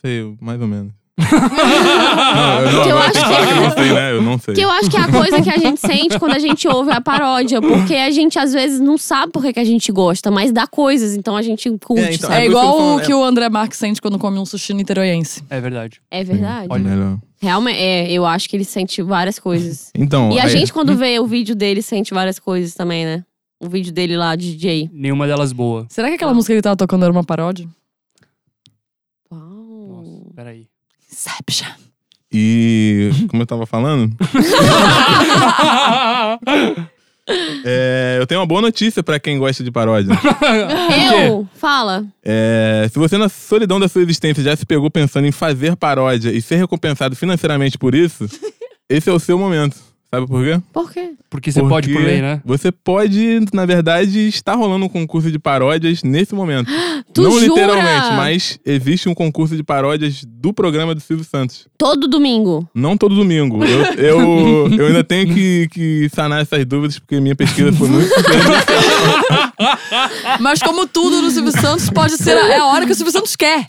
Sei, mais ou menos. não, eu, não, Que eu agora acho tem que que- é. falar que eu não sei, né? Eu não sei. Que eu acho que é a coisa que a gente sente quando a gente ouve a paródia, porque a gente às vezes não sabe por que que a gente gosta, mas dá coisas, então a gente curte. É, então, sabe? É, por isso que eu igual falo, o é- que o André Marques sente quando come um sushi niteroiense. É verdade. É verdade. Olha. Melhor. Realmente, é, eu acho que ele sente várias coisas. Então, E a aí- gente, quando vê o vídeo dele, sente várias coisas também, né? O vídeo dele lá, de DJ. Nenhuma delas boa. Será que aquela música que ele tava tocando era uma paródia? Uau. Nossa, Uh. peraí. Inception. E como eu tava falando, é, eu tenho uma boa notícia pra quem gosta de paródia. Eu? Fala. É, se você na solidão da sua existência já se pegou pensando em fazer paródia e ser recompensado financeiramente por isso, esse é o seu momento. Sabe por quê? Por quê? Porque você pode por Porque lei, né? Você pode, na verdade, estar rolando um concurso de paródias nesse momento. Tu Não jura? literalmente, mas existe um concurso de paródias do programa do Silvio Santos. Todo domingo. Não todo domingo. Eu, eu, eu ainda tenho que, que sanar essas dúvidas, porque minha pesquisa foi muito. Mas como tudo no Silvio Santos pode ser a, é a hora que o Silvio Santos quer,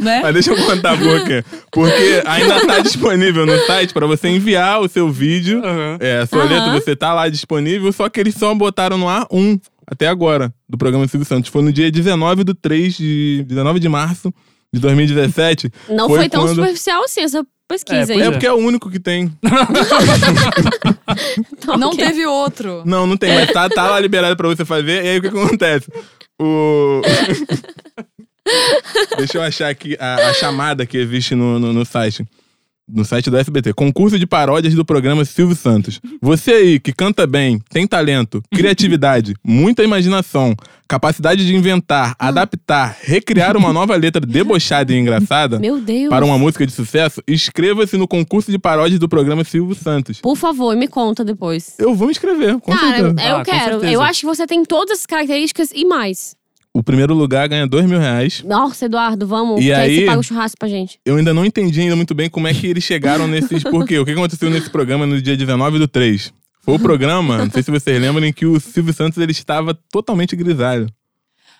né? Mas deixa eu contar por quê. Porque ainda tá disponível no site pra você enviar o seu vídeo. Aham. É, a sua Aham. letra, você tá lá disponível, só que eles só botaram no ar um até agora, do programa do Silvio Santos. Foi no dia 19 do 3 de. 19 de março de 2017. Não foi, tão quando- superficial assim essa pesquisa É, aí. É porque é o único que tem. é. Então, Não ok. teve outro. Não, não tem, mas tá, tá lá liberado pra você fazer. E aí o que acontece? O. Deixa eu achar aqui a, a chamada que existe no, no, no site. No site do SBT. Concurso de paródias do programa Silvio Santos. Você aí que canta bem, tem talento, criatividade, muita imaginação, capacidade de inventar, adaptar, recriar uma nova letra debochada e engraçada Meu Deus. para uma música de sucesso, inscreva-se no concurso de paródias do programa Silvio Santos. Por favor, me conta depois. Eu vou me inscrever, com Cara, certeza. eu Ah, com quero. certeza. Eu acho que você tem todas as características e mais. O primeiro lugar ganha dois mil reais. Nossa, Eduardo, vamos. E que aí- você paga o churrasco pra gente. Eu ainda não entendi ainda muito bem como é que eles chegaram nesses. Por quê? O que aconteceu nesse programa no dia 19 do 3? Foi o programa, não sei se vocês lembram, em que o Silvio Santos ele estava totalmente grisalho.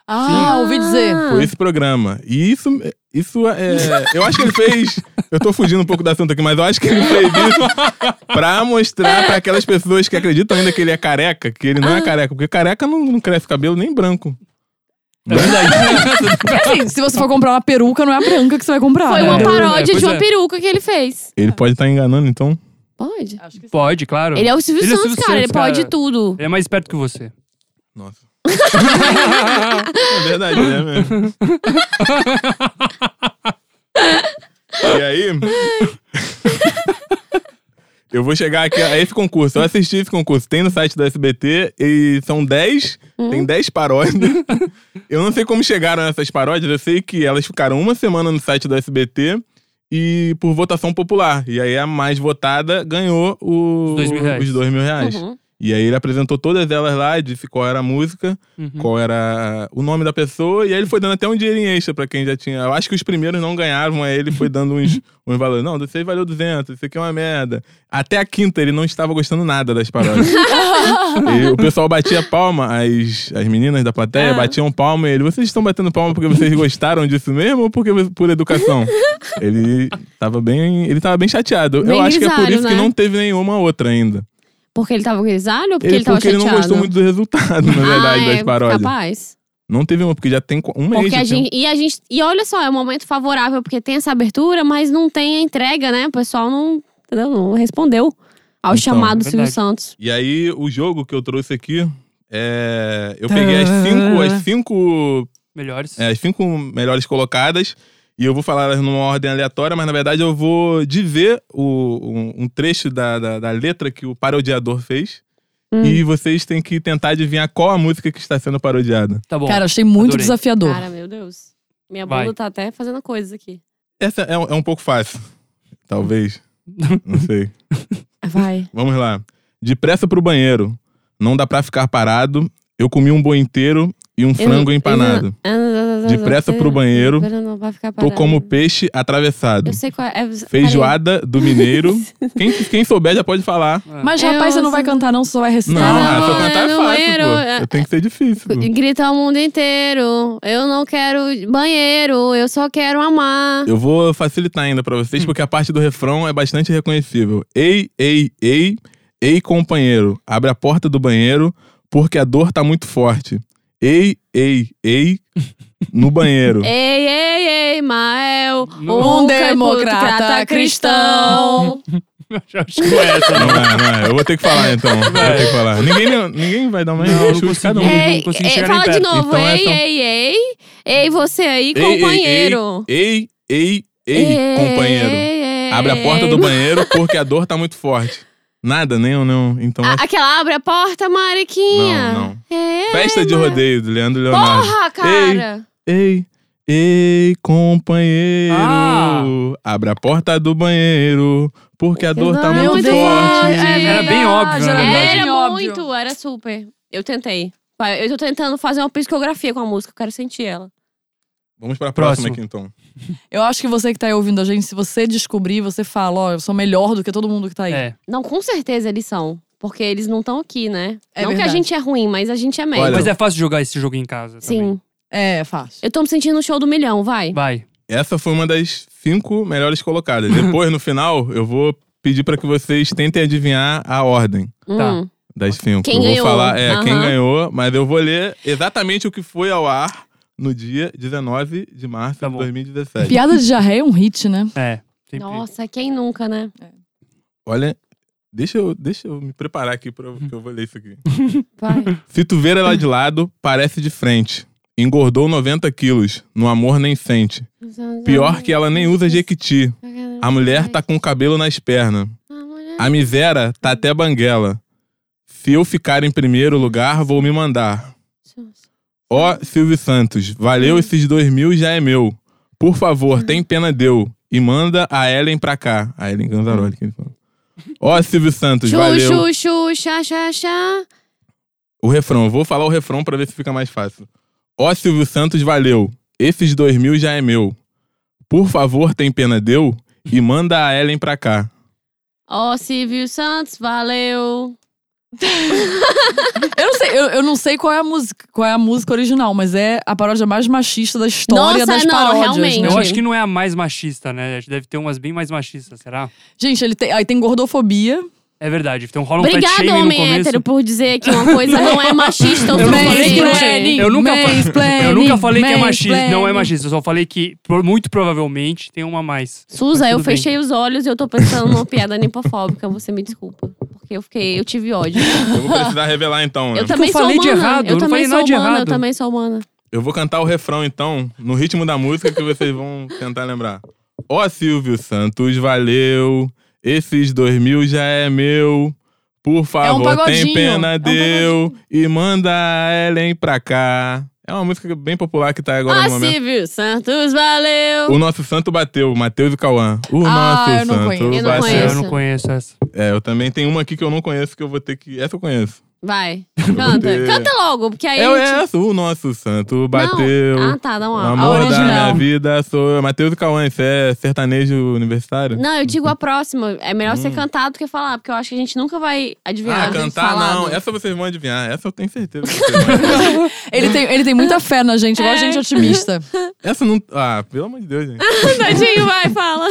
Ah, ouvi dizer. Foi esse programa. E isso. Isso é. Eu acho que ele fez. Eu tô fugindo um pouco do assunto aqui, mas eu acho que ele fez isso pra mostrar pra aquelas pessoas que acreditam ainda que ele é careca, que ele não Ah. é careca. Porque careca não, não cresce cabelo nem branco. É verdade. Assim, se você for comprar uma peruca, não é a branca que você vai comprar. Foi né? uma É, paródia pois de uma é. peruca que ele fez. Ele pode estar enganando, então. Pode. Acho que sim. pode, claro. Ele é o Silvio Ele é o Santos, Silvio cara. Santos, ele pode cara. tudo. Ele é mais esperto que você. Nossa. é verdade, né, mesmo? e aí? eu vou chegar aqui a esse concurso. Eu assisti esse concurso. Tem no site da SBT e são 10. Hum? Tem 10 paródias. eu não sei como chegaram nessas paródias. Eu sei que elas ficaram uma semana no site do SBT. E por votação popular. E aí a mais votada ganhou o- Os dois mil reais. os dois mil reais. Uhum. E aí ele apresentou todas elas lá, disse qual era a música, Uhum. qual era o nome da pessoa, e aí ele foi dando até um dinheirinho extra pra quem já tinha. Eu acho que os primeiros não ganhavam, aí ele foi dando uns, uns valores. Não, você valeu 200, isso aqui é uma merda. Até a quinta ele não estava gostando nada das paródias. E o pessoal batia palma, as, as meninas da plateia Ah. batiam palma e ele, vocês estão batendo palma porque vocês gostaram disso mesmo ou porque por educação? ele tava bem, ele tava bem chateado. Bem Eu acho que é por grisalho, isso que né? não teve nenhuma outra ainda. Porque ele tava grisalho ou porque ele, Ele- tava porque ele chateado? não gostou muito do resultado, na verdade, ah, das é, paródias. Capaz. Não teve uma, porque já tem qu- um mês. Porque a já tem- gente, e a gente. E olha só, é um momento favorável, porque tem essa abertura, mas não tem a entrega, né? O pessoal não, entendeu? não respondeu ao Então, chamado do Silvio é verdade. Santos. E Tá. aí, o jogo que eu trouxe aqui, é... eu peguei as cinco, as cinco Melhores. É, as cinco melhores colocadas. E eu vou falar elas numa ordem aleatória, mas na verdade eu vou de ver o, um, um trecho da, da, da letra que o parodiador fez. Hum. E vocês têm que tentar adivinhar qual a música que está sendo parodiada. Tá bom. Cara, achei muito adorei. desafiador. Cara, meu Deus. Minha Vai. bunda tá até fazendo coisas aqui. Essa é, um- é um pouco fácil. Talvez. Não sei. Vai. Vamos lá. Depressa pro banheiro. Não dá pra ficar parado. Eu comi um boi inteiro e um frango empanado. Ah, Depressa pro banheiro. Não vai ficar Tô parado. como peixe atravessado. Eu sei qual é. é- Feijoada do mineiro. quem, quem souber já pode falar. Mas, Eu rapaz, você não vai sei. cantar, não, você só vai Não, recitar. né? Caramba, ah, se eu cantar no é fácil, banheiro, é- Então- pô. Eu tenho que ser difícil. Parei. pô. Grita o mundo inteiro. Eu não quero banheiro. Eu só quero amar. Eu vou facilitar ainda pra Hum. vocês, porque a parte do refrão é bastante reconhecível. Ei, ei, ei, ei, companheiro, abre a porta do banheiro, porque a dor tá muito forte. Ei, ei, ei, no banheiro. Ei, ei, ei, Mael. Não. Um democrata cristão. Já acho que é essa, Não não. é, não é. Eu vou ter que falar então. Eu vou ter que falar. Ninguém, ninguém vai dar mais Não, eu não chute cada um. consegui. Ei, consegui ei, chegar nem fala de perto. novo. Então, ei, essa- ei, ei. Ei, você aí, Ei, ei, companheiro. É. Ei, ei, ei, companheiro, ei, abre a porta ei. do banheiro, porque a dor tá muito forte. Nada, nem eu não. Então A- é aquela abre a porta, Mariquinha. Não, não. É. festa de rodeio do Leandro e Leonardo. Porra, cara. Ei, ei, companheiro, Ah! abre a porta do banheiro, porque a dor tá Meu muito Deus, forte. é Era bem verdade, óbvio, né? na era verdade. Era bem óbvio. muito, era super. Eu tentei. Vai, Eu tô tentando fazer uma psicografia com a música, eu quero sentir ela. Vamos pra Próximo. próxima aqui, então. Eu acho que você que tá aí ouvindo a gente, se você descobrir, você fala, ó, eu sou melhor do que todo mundo que tá aí. É. Não, com certeza eles são. Porque eles não estão aqui, né? É não que a verdade. gente é ruim, mas a gente é médio. Olha, Mas é fácil jogar esse jogo em casa Sim. também. É, fácil. Eu tô me sentindo no show do milhão, vai. Vai. Essa foi uma das cinco melhores colocadas. Depois, no final, eu vou pedir pra que vocês tentem adivinhar a ordem Tá. Hum. das cinco. Quem eu vou ganhou. falar é, quem Aham. ganhou, mas eu vou ler exatamente o que foi ao ar no dia 19 de março Tá de bom. 2017. Piada de diarreia é um hit, né? É. Sempre. Nossa, quem nunca, né? Olha, deixa eu, deixa eu me preparar aqui pra que eu vou ler isso aqui. Vai. Se tu ver ela de lado, parece de frente. Engordou 90 quilos, no amor nem sente. Pior que ela nem usa jequiti. A mulher tá com cabelo nas pernas. A miséria tá até banguela. Se eu ficar em primeiro lugar, vou me mandar. Ó, Silvio Santos, valeu esses dois mil já é meu. Por Uhum. favor, tem pena deu. E manda a Ellen pra cá. A Ellen Ganzaroli, que ele falou. Ó, Silvio Santos, valeu. Chu, chu, chu, chá, chá, chá. O refrão, eu vou falar o refrão pra ver se fica mais fácil. Ó Silvio Santos, valeu. Esses dois mil já é meu. Por favor, tem pena deu e manda a Ellen pra cá. Ó, Silvio Santos, valeu. Eu não sei, eu, eu não sei qual é a música, qual é a música original, mas é a paródia mais machista da história Nossa, das não, paródias. realmente. né? Eu Entendi. acho que não é a mais machista, né? Acho que Deve ter umas bem mais machistas, será? Gente, ele tem, aí tem gordofobia. É verdade. Então rola um fat Obrigada, shaming no homem começo. hétero, por dizer que uma coisa não é machista ou Eu não falei que não é suficiente. Eu nunca, fa- Mansplaining, eu nunca falei que é machista. mansplaining. Não é machista. Eu só falei que pro- muito provavelmente tem uma a mais. Suza, Mas eu tudo bem. fechei os olhos e eu tô pensando numa piada nipofóbica, você me desculpa. Porque eu fiquei, eu tive ódio. Eu vou precisar revelar então. né? Eu também sou falei de humana. errado, eu eu não também falei sou nada de humana, eu errado. também sou humana. Eu vou cantar o refrão então, no ritmo da música que vocês vão tentar lembrar. Ó Silvio Santos, valeu. Esses dois mil já é meu. É um Por favor, tem pagodinho, pena é um deu e manda a Ellen pra cá. É uma música bem popular que tá agora Ah, no momento. Silvio Santos, valeu! O nosso santo bateu, Matheus e Cauã. O Ah, nosso eu não santo conheço. Eu não bateu. É, conheço. eu não conheço essa. É, eu também tenho uma aqui que eu não conheço, que eu vou ter que. Essa eu conheço. Vai, canta. ter- Canta logo, porque aí É a gente... essa, o nosso santo bateu. Não. Ah, tá, dá O uma A amor da original. minha vida sou eu. Matheus e Cauã, isso é sertanejo universitário? Não, eu digo a próxima. É melhor ser cantar do que falar, porque eu acho que a gente nunca vai adivinhar. Ah, cantar falado. não. Essa vocês vão adivinhar. Essa eu tenho certeza que vocês vão adivinhar. Ele tem, ele tem muita fé na gente, igual a gente é otimista. Essa não. Ah, pelo amor de Deus, gente. Tadinho, vai, fala.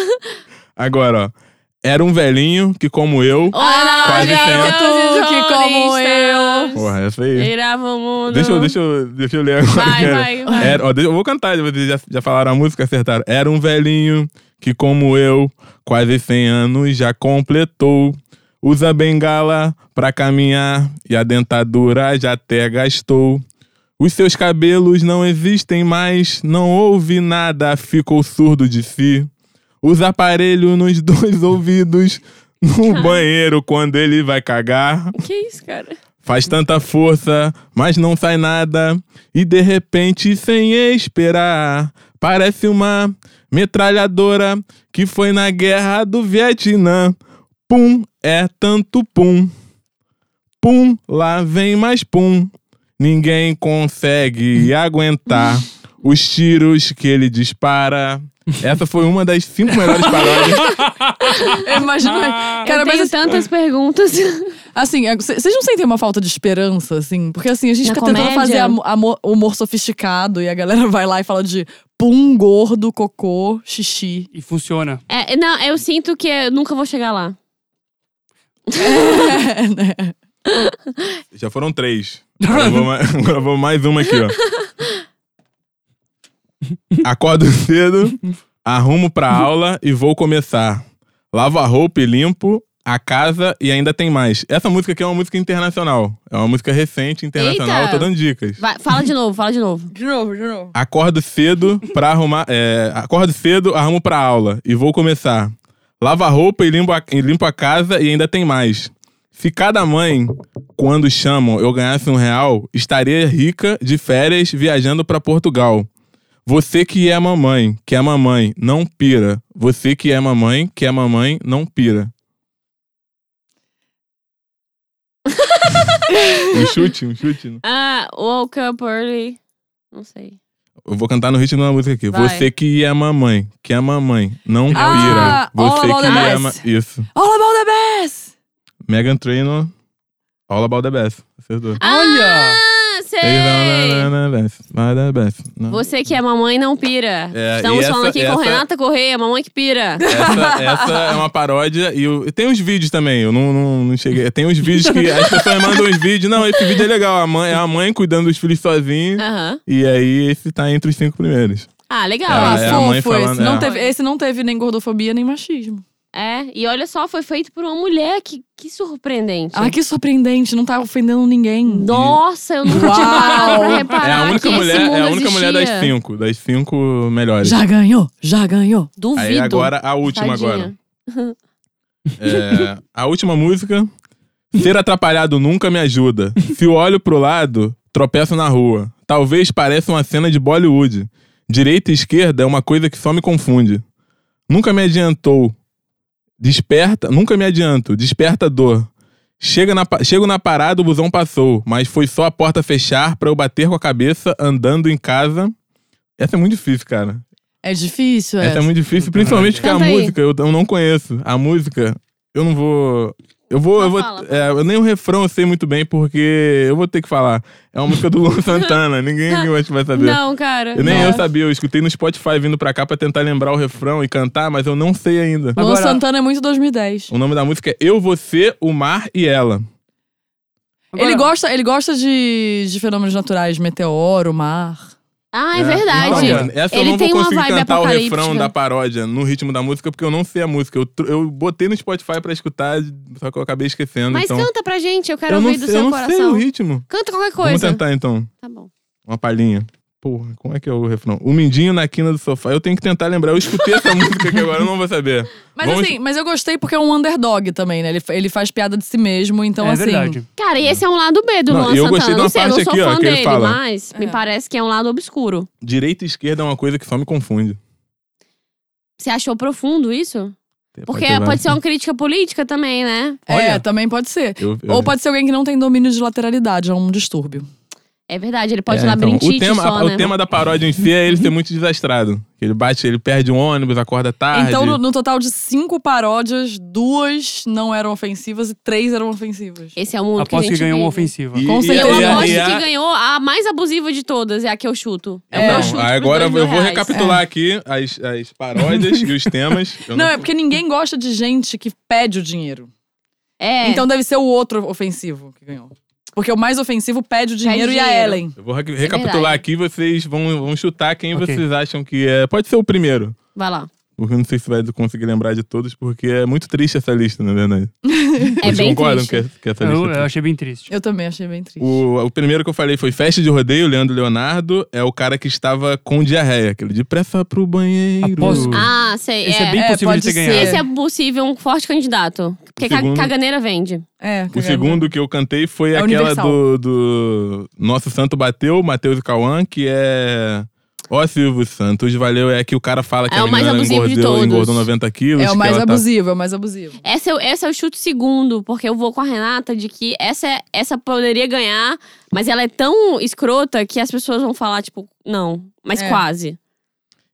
Agora, ó. Era um velhinho que, como eu. Olha, Quase certo. garotos Que como eu. Porra, essa aí. Virava o mundo. Deixa eu, deixa, eu, deixa eu ler agora. Vai, cara. vai, vai. Era- ó, deixa- eu vou cantar, vocês já, já falaram a música, acertaram. Era um velhinho que, como eu, quase 100 anos já completou. Usa bengala pra caminhar e a dentadura já até gastou. Os seus cabelos não existem mais, não ouve nada, ficou surdo de si. Os aparelhos nos dois ouvidos, no banheiro quando ele vai cagar. Que isso, cara? Faz tanta força, mas não sai nada. E de repente, sem esperar, parece uma metralhadora que foi na guerra do Vietnã. Pum é tanto pum. Pum, lá vem mais pum. Ninguém consegue aguentar os tiros que ele dispara. Essa foi uma das cinco melhores paródias. Eu imagino. Ah. cara, eu mas tenho assim, tantas perguntas. assim, é- c- vocês não sentem uma falta de esperança, assim? Porque assim, a gente Na fica tentando comédia? fazer amo- amor- humor sofisticado e a galera vai lá e fala de pum, gordo, cocô, xixi. E funciona. É, não, eu sinto que eu nunca vou chegar lá. É, né? Já foram três. Agora eu vou mais, agora eu vou mais uma aqui, ó. Acordo cedo, arrumo pra aula e vou começar. Lavo a roupa e limpo a casa e ainda tem mais. Essa música aqui é uma música internacional. É uma música recente, internacional. Eita! Eu tô dando dicas. Vai, fala de novo, fala de novo. De novo, de novo. Acordo cedo pra arrumar. é, acordo cedo, arrumo pra aula e vou começar. Lavo a roupa e limpo a, e limpo a casa e ainda tem mais. Se cada mãe, quando chamam, eu ganhasse um real, estaria rica de férias viajando pra Portugal. Você que é mamãe, que é mamãe, não pira. Você que é mamãe, que é mamãe, não pira. um chute, um chute. né? Ah, woke up early. Não sei. Eu vou cantar no ritmo da música aqui. Vai. Você que é mamãe, que é mamãe, não pira. Ah, Você All About que the é Best. ma- Isso. All about the best! Megan Trainor, All About the Best. Acertou. Olha! Ah, sei! Você... Você que é mamãe não pira. É, Estamos e essa- falando aqui com essa- Renata Correia, mamãe que pira. Essa, essa é uma paródia e o- e tem uns vídeos também, eu não, não, não cheguei. Tem uns vídeos que as pessoas mandam uns vídeos. Não, esse vídeo é legal, a mãe, é a mãe cuidando dos filhos sozinha. Aham. E aí esse tá entre os cinco primeiros. Ah, Ah, legal. é, isso. a mãe fofo falando, esse. Não é. teve, esse não teve nem gordofobia nem machismo. É. e olha só, foi feito por uma mulher. Que, que surpreendente. Ah, que surpreendente, não tá ofendendo ninguém. Nossa, eu nunca tinha Uau! parado pra É reparar a que única mulher, esse mundo é a única mulher das existia. cinco, das cinco melhores. Já ganhou, já ganhou. Duvido. Aí agora a última Tadinha. agora. É, a última música. Ser atrapalhado nunca me ajuda. Se eu olho pro lado, tropeço na rua. Talvez pareça uma cena de Bollywood. Direita e esquerda é uma coisa que só me confunde. Nunca me adiantou. Desperta, nunca me adianto. Desperta dor. Chega na, pa- chego na parada, o busão passou, mas foi só a porta fechar pra eu bater com a cabeça andando em casa. Essa é muito difícil, cara. É difícil, é. Essa é muito difícil, principalmente porque a Canta aí. música eu, eu não conheço. A música, eu não vou. Eu vou. Só Eu vou fala, é, eu nem o refrão eu sei muito bem, porque eu vou ter que falar. É uma música do Luan Santana, ninguém eu acho que vai saber. Não, cara. Eu nem não. eu sabia, eu escutei no Spotify vindo pra cá pra tentar lembrar o refrão e cantar, mas eu não sei ainda. Luan Agora- Santana é muito 2010. O nome da música é Eu, Você, o Mar e Ela. Agora- é Ele gosta, ele gosta de, de fenômenos naturais, meteoro, mar. Ah, é, É. verdade. Então, essa Ele eu não tem vou uma conseguir vibe cantar o apocalíptica. refrão da paródia no ritmo da música, porque eu não sei a música. Eu, tr- eu botei no Spotify pra escutar, só que eu acabei esquecendo. Mas então... canta pra gente, eu quero eu não, ouvir do sei- seu eu não sei o coração. ritmo. Canta qualquer Vamos coisa. tentar então. Tá bom. Uma palhinha. Porra, como é que é o refrão? O mindinho na quina do sofá. Eu tenho que tentar lembrar. Eu escutei essa música aqui agora, eu não vou saber. Mas Vamos- assim, mas eu gostei porque é um underdog também, né? Ele, fa- ele faz piada de si mesmo, então é assim. verdade. Cara, e esse é um lado B do Não, Luan eu Santana. gostei de não uma sei, eu parte não sou aqui, ó, fã que ele dele, fala. mas me É. parece que é um lado obscuro. Direita e esquerda é uma coisa que só me confunde. Você achou profundo isso? Porque É ter pode, vários. ser uma crítica política também, né? É, também pode ser. Eu- eu- Ou pode ser alguém que não tem domínio de lateralidade, é um distúrbio. É verdade, ele pode É, ir labirintite o tema, só, o né? tema da paródia em si é ele ser muito desastrado. Ele bate, ele perde um ônibus, acorda tarde. Então, no, no total de cinco paródias, duas não eram ofensivas e três eram ofensivas. Esse é o mundo que a Aposto gente que ganhou uma vive. ofensiva. E- com e- certeza. Eu e- a- aposto e a- que ganhou a mais abusiva de todas, é a que eu chuto. É, eu o Não, chute chuto agora por eu dois vou mil reais. É. recapitular aqui as, as paródias e os temas. Eu Não, é porque ninguém gosta de gente que pede o dinheiro. É. Então deve ser o outro ofensivo que ganhou. Porque o mais ofensivo pede o dinheiro e a dinheiro. Ellen. Eu vou re- recapitular É verdade. aqui, vocês vão, vão chutar quem Ok. vocês acham que é. Pode ser o primeiro. Vai lá. Porque eu não sei se vai conseguir lembrar de todos, porque é muito triste essa lista, na verdade. É Vocês bem concordam triste. Que, que essa lista Eu, é eu achei bem triste. Eu também achei bem triste. O, o primeiro que eu falei foi Festa de Rodeio, Leandro Leonardo. É o cara que estava com diarreia. Aquele depressa pro banheiro. Aposto que- Ah, sei. Esse é. é, bem É, possível pode de ter ser. ganhado. Esse é possível um forte candidato. Porque ca- segundo- caganeira vende. É, O cagada. segundo que eu cantei foi É aquela universal. do, do Nosso Santo Bateu, Matheus e Cauã, que é. Ó, Silvio Santos, valeu. É que o cara fala que É a o mais menina abusivo de engordou, todos. engordou 90 quilos. É o que mais ela tá- abusivo, é o mais abusivo. Esse é, o- esse é o chute segundo, porque eu vou com a Renata de que essa, é- essa poderia ganhar, mas ela é tão escrota que as pessoas vão falar, tipo, não, mas É. quase.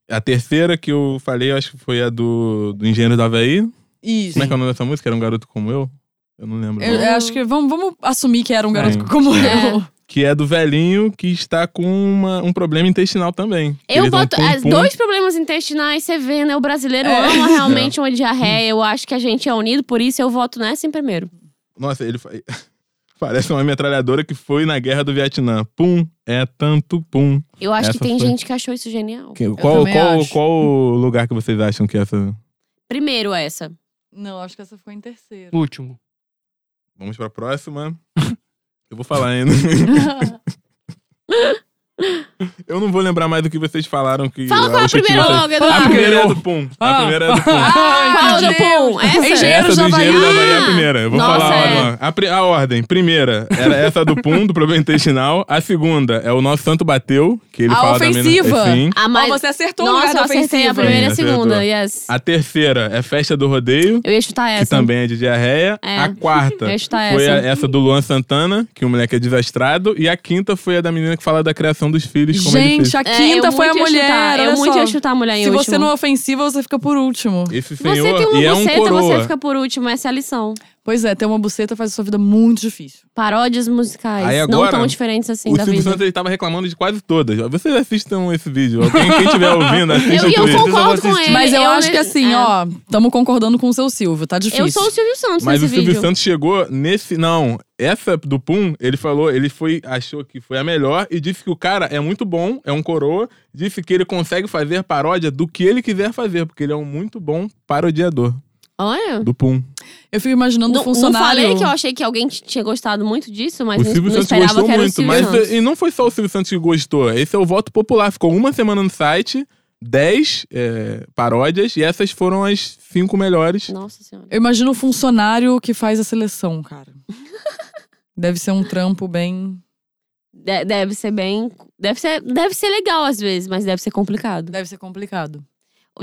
A terceira que eu falei, eu acho que foi a do, do Engenheiro do Havaí. Isso. Como é que é o nome dessa música? Era um garoto como eu? Eu não lembro. Eu, eu acho que vamos, vamos assumir que era um garoto É. como É. eu. que é do velhinho que está com uma- um problema intestinal também. Eu Ele dá um boto. pum, as- pum. dois problemas intestinais, você vê, né? O brasileiro É. ama realmente uma diarreia. Eu acho que a gente é unido, por isso eu voto nessa em primeiro. Nossa, ele fa- parece uma metralhadora que foi na guerra do Vietnã. Pum, é tanto pum. Eu acho que Essa tem foi. gente que achou isso genial. Que- qual, também qual, acho. qual o lugar que vocês acham que é essa. Primeiro essa. Não, acho que essa ficou em terceiro. Último. Vamos pra próxima. Eu vou falar ainda. Eu não vou lembrar mais do que vocês falaram. Que Fala qual é a o chute primeira vocês- logo, A Eduardo. primeira é do pum. A Ah. primeira é do pum. Qual do pum? Essa? Engenheiro essa já do vai- engenheiro da Bahia é Ah! a primeira. Eu vou Nossa, falar a é. ordem. A, pri- a ordem. Primeira era essa do Pum, do problema intestinal. A segunda é o nosso santo bateu, que ele A fala da mina- ofensiva. Sim. A Mas... mais. você acertou o Nossa, lugar eu da acertei a ofensiva. primeira e a Sim, acertou. segunda, yes. A terceira é festa do rodeio, Eu ia chutar que essa. também é de diarreia. É. A quarta Eu ia chutar foi a- essa. essa do Luan Santana, que o moleque é desastrado. E a quinta foi a da menina que fala da criação dos filhos, como é Gente, difícil. a É, quinta eu foi a muito ia mulher. chutar, olha eu muito só. ia chutar a mulher em Se último. você não é ofensiva, você fica por último. Esse senhor, Você tem uma e é um buceta, coroa. você fica por último. Essa é a lição. Pois é, ter uma buceta faz a sua vida muito difícil. Paródias musicais. Aí não agora, tão diferentes assim o da Silvio vida. Santos ele tava reclamando de quase todas. Vocês assistam esse vídeo. Alguém, quem estiver ouvindo, assista Eu, um e eu por isso. concordo com ele. Mas eu, acho ne- que assim, é. ó, tamo concordando com o seu Silvio, tá difícil. Eu sou o Silvio Santos é Mas o nesse Silvio vídeo. Santos chegou nesse. Não, essa do Pum, ele falou, ele foi, achou que foi a melhor e disse que o cara é muito bom, é um coroa. Disse que ele consegue fazer paródia do que ele quiser fazer, porque ele é um muito bom parodiador Olha. do Pum. Eu fico imaginando Não, o não funcionário. falei que eu achei que alguém t- tinha gostado muito disso, mas o não, Silvio não Santos esperava gostou que era o muito, Silvio mas Santos. e não foi só o Silvio Santos que gostou. Esse é o voto popular. Ficou uma semana no site, 10 é, paródias, e essas foram as cinco melhores. Nossa senhora. Eu imagino o funcionário que faz a seleção, cara. Deve ser um trampo bem. De- deve ser bem. Deve ser, deve ser legal às vezes, mas deve ser complicado. Deve ser complicado.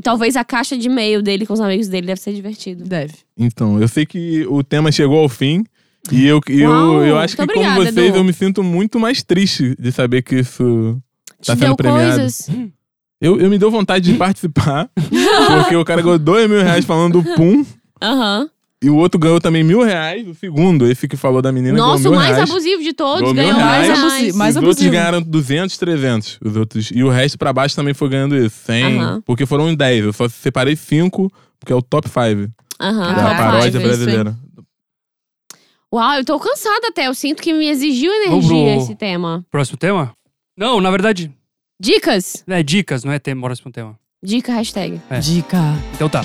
Talvez a caixa de e-mail dele com os amigos dele deve ser divertido. Deve. Então, eu sei que o tema chegou ao fim. E eu, e Uau, eu, eu acho que, muito como obrigada, vocês, Edu. eu me sinto muito mais triste de saber que isso. Tá Te sendo deu premiado. coisas. Eu, eu me deu vontade de participar, porque o cara ganhou dois mil reais falando do Pum, Aham. e o outro ganhou também mil reais, o segundo, esse que falou da menina. Nossa, o ganhou mil mais reais. abusivo de todos Ganhou mil ganhou mais reais. reais. Mais os outros abusivo. ganharam 200, 300. Os outros, e o resto pra baixo também foi ganhando isso. 100, Aham. porque foram 10. Eu só separei cinco, porque é o top 5 Aham. Ah, da top paródia five. é isso, hein? brasileira. Uau, eu tô cansada até. Eu sinto que me exigiu Vamos pro- energia esse tema. Próximo tema? Não, na verdade, Dicas? é dicas, não é tema, próximo tema. Dica, hashtag. É. Dica. Então tá.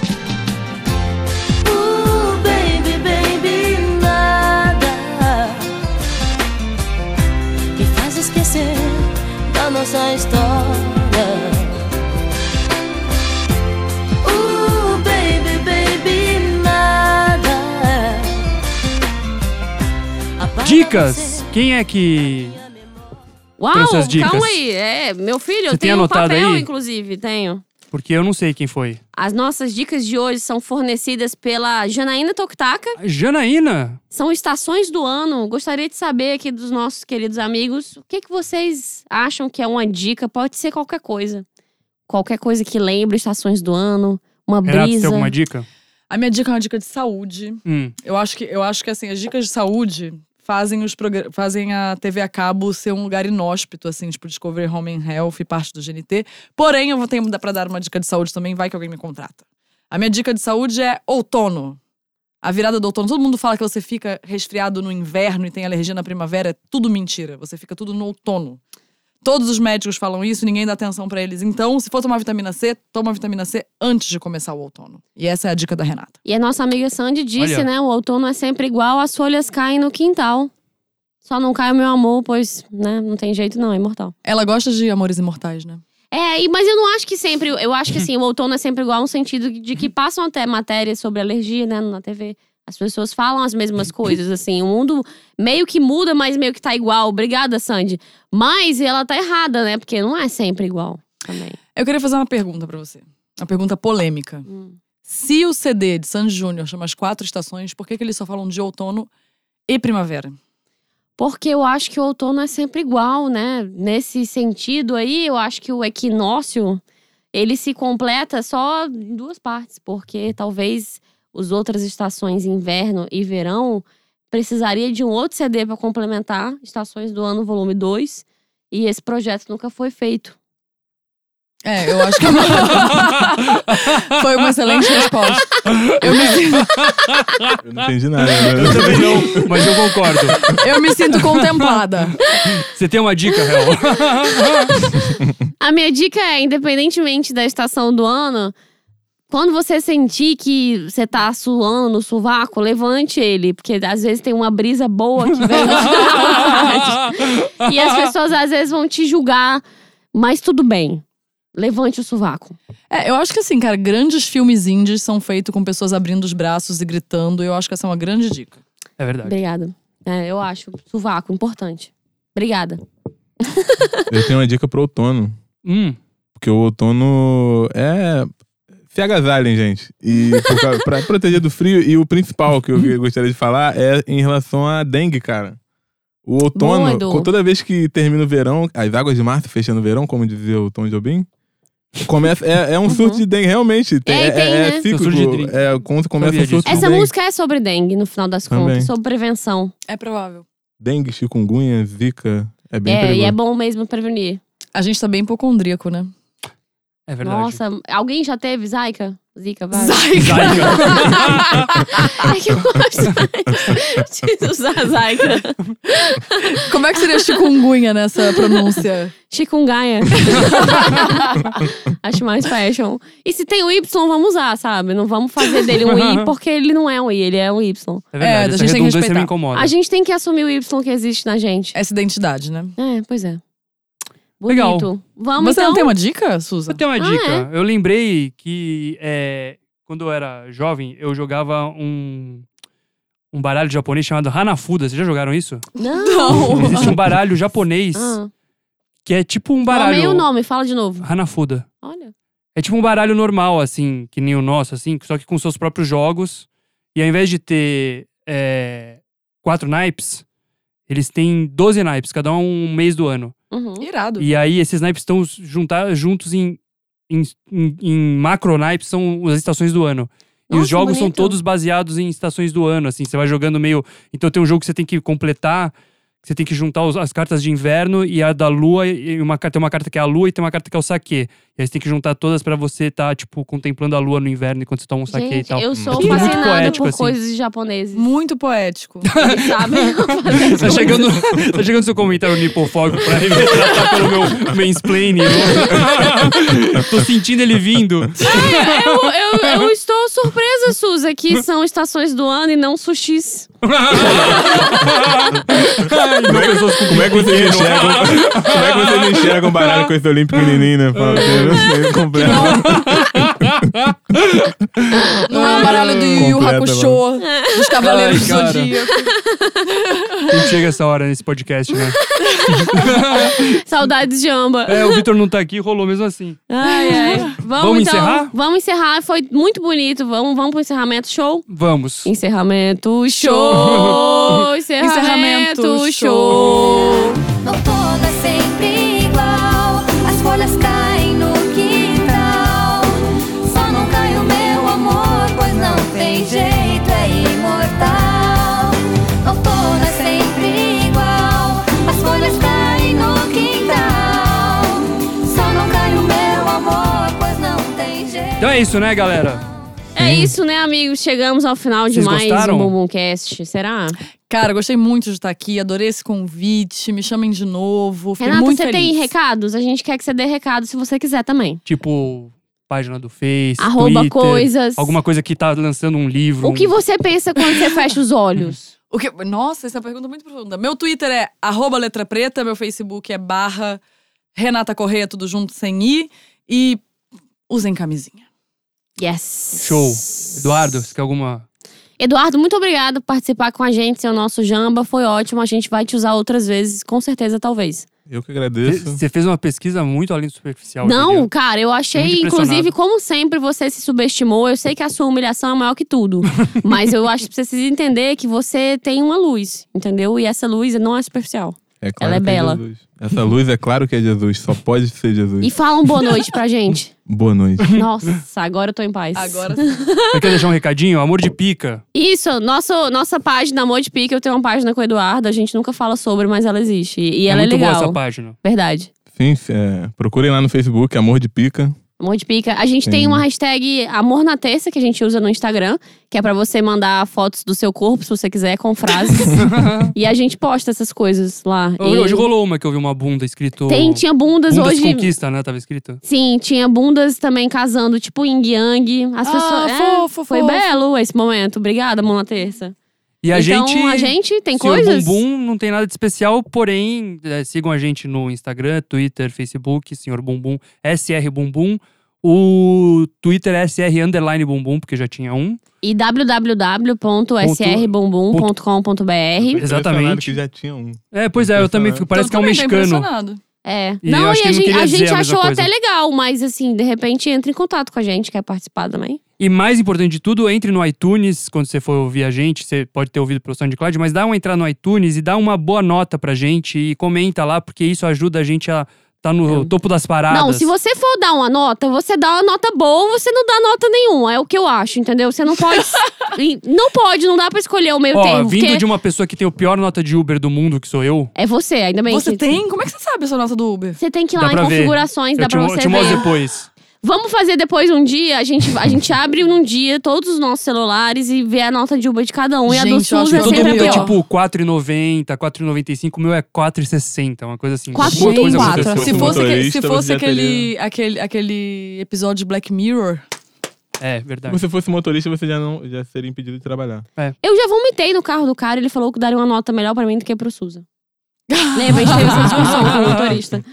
baby, baby, nada me faz esquecer da nossa história. Uh, baby, baby, nada apaga Dicas! você Quem é que. da memória. Uau, Trouxe as dicas. calma aí. É, meu filho, Você eu tem tenho um anotado papel, aí? inclusive, tenho. Porque eu não sei quem foi. As nossas dicas de hoje são fornecidas pela Janaína Toktaka. A Janaína! São estações do ano. Gostaria de saber aqui dos nossos queridos amigos o que, que vocês acham que é uma dica. Pode ser qualquer coisa. Qualquer coisa que lembre estações do ano, uma Renato, você tem brisa. alguma dica? A minha dica é uma dica de saúde. Hum. Eu acho que, eu acho que assim, as dicas de saúde fazem, os progra- fazem a TV a cabo ser um lugar inóspito, assim, tipo Discovery Home and Health e parte do GNT. Porém, eu vou ter pra dar uma dica de saúde também, vai que alguém me contrata. A minha dica de saúde é outono. A virada do outono. Todo mundo fala que você fica resfriado no inverno e tem alergia na primavera. É tudo mentira. Você fica tudo no outono. Todos os médicos falam isso, ninguém dá atenção pra eles. Então, se for tomar vitamina C, toma vitamina C antes de começar o outono. E essa é a dica da Renata. E a nossa amiga Sandy disse, Olha. né? O outono é sempre igual, as folhas caem no quintal. Só não cai o meu amor, pois, né? Não tem jeito, não, é imortal. Ela gosta de amores imortais, né? É, e- mas eu não acho que sempre. Eu acho que assim, o outono é sempre igual no sentido de que passam até matérias sobre alergia, né, na TV. As pessoas falam as mesmas coisas, assim. O mundo meio que muda, mas meio que tá igual. Obrigada, Sandy. Mas ela tá errada, né? Porque não é sempre igual também. Eu queria fazer uma pergunta pra você. Uma pergunta polêmica. Hum. Se o CD de Sandy Júnior chama As Quatro Estações, por que, que eles só falam de outono e primavera? Porque eu acho que o outono é sempre igual, né? Nesse sentido aí, eu acho que o equinócio ele se completa só em duas partes, porque talvez as outras estações inverno e verão precisaria de um outro CD para complementar Estações do Ano volume 2, e esse projeto nunca foi feito. É, eu acho que é uma- foi uma excelente resposta. Eu me, sinto- Eu não entendi nada. Eu Né? também não, mas eu concordo. eu me sinto contemplada. Você tem uma dica, Hel? A minha dica é, independentemente da estação do ano, quando você sentir que você tá suando no sovaco, levante ele, porque às vezes tem uma brisa boa que vem da cidade. E as pessoas às vezes vão te julgar, mas tudo bem. Levante o sovaco. É, eu acho que assim, cara, grandes filmes indies são feitos com pessoas abrindo os braços e gritando. E eu acho que essa é uma grande dica. É verdade. Obrigada. É, eu acho sovaco importante. Obrigada. Eu tenho uma dica pro outono. Hum, Porque o outono é. Se agasalhem, gente. E por causa- pra proteger do frio. E o principal que eu que eu gostaria de falar é em relação à dengue, cara. O Boa, outono, Edu. co- toda vez que termina o verão, as águas de março fechando o verão, como dizia o Tom Jobim, começa, é, é um surto de dengue, realmente. Tem, Uhum. É, é, tem, é, né? cíclico. Um surto de dengue. É, quando começa Sabia o surto disso. de Essa dengue. música é sobre dengue, no final das Também. contas, sobre prevenção. É provável. Dengue, chikungunya, zika. É bem É, e perigoso. é bom mesmo prevenir. A gente tá bem hipocondríaco, né? é verdade. Nossa, alguém já teve Zaica? Zika, vai. Zaica. É que eu gosto de usar Zaica. Como é que seria chikungunya nessa pronúncia? Chikungunya. Acho mais fashion. E se tem o Y, vamos usar, sabe? Não vamos fazer dele um I, porque ele não é um I, ele é um Y. É verdade. É, a Essa gente tem que redundância respeitar. me incomoda. A gente tem que assumir o Y que existe na gente. Essa identidade, né? É, pois é. Bonito. Legal. Vamos Você então. não tem uma dica, Suza? Eu tenho uma Ah, dica. Eu lembrei que é, quando eu era jovem, eu jogava um, um baralho japonês chamado Hanafuda. Vocês já jogaram isso? Não. Não. Existe um baralho japonês Ah, que é tipo um Amei baralho. o nome, fala de novo. Hanafuda. Olha. É tipo um baralho normal, assim, que nem o nosso, assim, só que com seus próprios jogos. E ao invés de ter é, quatro naipes, eles têm 12 naipes, cada um um mês do ano. Uhum. Irado. E aí esses naipes estão juntar, juntos em, em, em, em macro naipes, são as estações do ano. E Nossa, os jogos são bonito. todos baseados em estações do ano, assim, você vai jogando meio. Então tem um jogo que você tem que completar, que você tem que juntar os- as cartas de inverno e a da lua, e uma, ca- tem uma carta que é a lua e tem uma carta que é o saque. E aí você tem que juntar todas pra você estar, tipo, contemplando a lua no inverno enquanto você toma um saque e Gente, tal. eu sou Muito fascinada poético, por assim. coisas japonesas. Muito poético. é Eles sabem fazer as Tá chegando, tá chegando seu comentário nipofóbico pra me tratar pelo meu mansplaining. Tô sentindo ele vindo. eu, eu- eu estou surpresa, Suza, que são estações do ano e não sushis. Como é, como é que vocês não enxergam? Como é que vocês não enxergam baralho com esse olhinho pequenininho, né? Fala, É. eu não sei, completo. Não é o baralho do Yu Yu Completa, Hakusho, dos Cavaleiros Ai, cara. do Zodíaco. Não é chega essa hora nesse podcast, né? Saudades de amba. É, o Vitor não tá aqui, rolou mesmo assim. Ai, ai. Vamos, Vamos então, encerrar? Vamos encerrar. Foi muito bonito. Vamos, vamos pro encerramento show. Vamos. Encerramento show. Encerramento encerramento show. show. Outono é sempre igual, as folhas caem no quintal. Só não cai o meu amor, pois não tem jeito, é imortal. Outono é sempre igual, as folhas caem no quintal. Só não cai o meu amor, pois não tem jeito. Então é isso, né, galera? É isso, né, amigos? Chegamos ao final de Vocês mais gostaram? um BumbumCast. Será? Cara, gostei muito de estar aqui, adorei esse convite, me chamem de novo. Fiquei Renata, muito você feliz. tem recados? A gente quer que você dê recado se você quiser também. Tipo, página do Face, Arroba Twitter, coisas. alguma coisa que tá lançando um livro. O que um- você pensa quando você fecha os olhos? O que- Nossa, essa é uma pergunta muito profunda. Meu Twitter é arroba letra preta, meu Facebook é barra Renata Correia, tudo junto, sem i. E usem camisinha. Yes. Show. Eduardo, você quer alguma... Eduardo, muito obrigado por participar com a gente, seu nosso jamba. Foi ótimo. A gente vai te usar outras vezes, com certeza, talvez. Eu que Você- agradeço. Você fez uma pesquisa muito além do superficial. eu Não, diria. cara, eu achei, É Muito impressionado. inclusive, como sempre, você se subestimou. Eu sei que a sua humilhação é maior que tudo. mas eu acho que você precisa entender que você tem uma luz, entendeu? E essa luz não é superficial. É claro Ela é que bela. Jesus. Essa luz é claro que é Jesus, só pode ser Jesus. E fala um boa noite pra gente. Boa noite. Nossa, agora eu tô em paz. Agora Eu quero deixar um recadinho. Amor de pica. Isso, nosso, nossa página Amor de Pique, eu tenho uma página com o Eduardo, a gente nunca fala sobre, mas ela existe. E e ela é muito legal. boa essa página. Verdade. Sim, é, procurem lá no Facebook, Amor de Pica. Amor Um de pica. A gente tem Sim. uma hashtag Amor na Terça que a gente usa no Instagram, que é pra você mandar fotos do seu corpo, se você quiser, com frases. e a gente posta essas coisas lá. E Hoje rolou uma que eu vi uma bunda escrito... Tem, tinha bundas, Bundas hoje. Conquista, né? Tava escrito. Sim, tinha bundas também casando, tipo Ying Yang. As Ah, pessoas. é, fofo, foi fofo. belo esse momento. Obrigada, Amor na Terça. E a então, gente... a gente tem Senhor coisas. Bumbum não tem nada de especial, porém, é, sigam a gente no Instagram, Twitter, Facebook, Senhor Bumbum, SR Bumbum. O Twitter é SR Underline Bumbum, porque já tinha um. E www.srbumbum.com.br. Impressionado Exatamente. Que já tinha um. É, pois é, eu também fico. Parece que é um tá mexicano. impressionado. É. E eu não, acho e que a ele não gente, queria a dizer gente a mesma achou coisa. até legal, mas assim, de repente entra em contato com a gente, quer participar também. E mais importante de tudo, entre no iTunes quando você for ouvir a gente. Você pode ter ouvido pelo SoundCloud, mas dá uma entrada no iTunes e dá uma boa nota pra gente e comenta lá, porque isso ajuda a gente a tá no topo das paradas. Não, se você for dar uma nota, você dá uma nota boa ou você não dá nota nenhuma. É o que eu acho, entendeu? Você não pode. e não pode, não dá pra escolher o meio Ó, termo. vindo porque de um- uma pessoa que tem o pior nota de Uber do mundo, que sou eu, É você, ainda bem Você que. tem? Como é que você sabe essa nota do Uber? Você tem que ir Dá lá em pra ver. configurações, dá eu te, pra mo- você te ver. mostro depois. Vamos fazer depois um dia, a gente, a gente abre num dia todos os nossos celulares e vê a nota de Uber de cada um. e a do Gente, eu SUS acho que é Todo sempre a mundo é pior. tipo 4,90, 4,95, o meu é 4,60, uma coisa assim. Quatro Alguma e coisa quatro. aconteceu. Se com fosse, aquele, se motorista, fosse você já aquele, aquele, aquele episódio de Black Mirror. É, Se verdade. você fosse motorista, você já, não, já seria impedido de trabalhar. Eu já vomitei no carro do cara, ele falou que daria uma nota melhor pra mim do que pro Suza. Lembra? A gente teve essa discussão com o motorista.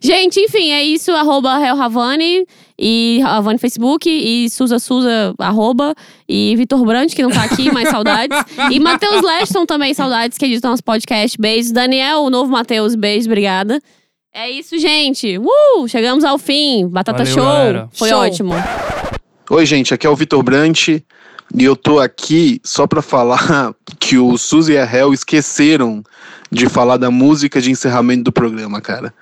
gente, enfim, é isso. Arroba Hel Ravani e Ravani Facebook e Suza Suza arroba e Vitor Brandt, que não tá aqui, mas saudades. E Matheus Leston também, saudades, que edita nosso podcast. Beijo. Daniel, o novo Matheus, beijo, obrigada. É isso, gente. Uh! Chegamos ao fim. Batata Valeu, show. galera. Foi Show. ótimo. Oi, gente, aqui é o Vitor Brant e eu tô aqui só pra falar que o Suzy e a Hel esqueceram de falar da música de encerramento do programa, cara.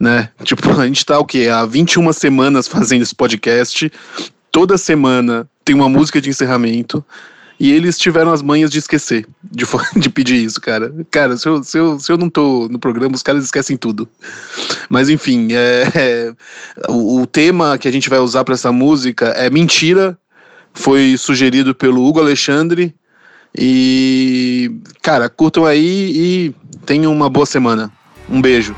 Né? Tipo, a gente tá o quê? Há 21 semanas fazendo esse podcast. Toda semana tem uma música de encerramento. E eles tiveram as manhas de esquecer, de, fa- de pedir isso, cara. Cara, se eu, se, eu, se eu não tô no programa, os caras esquecem tudo. Mas enfim, é- é, o, o tema que a gente vai usar para essa música é Mentira. Foi sugerido pelo Hugo Alexandre. E, cara, curtam aí e tenham uma boa semana. Um beijo.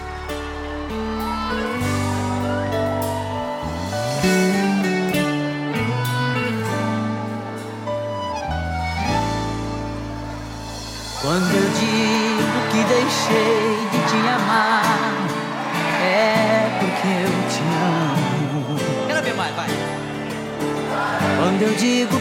Quando eu digo que deixei de te amar, é porque eu te amo. Quero ver mais, vai. Quando eu digo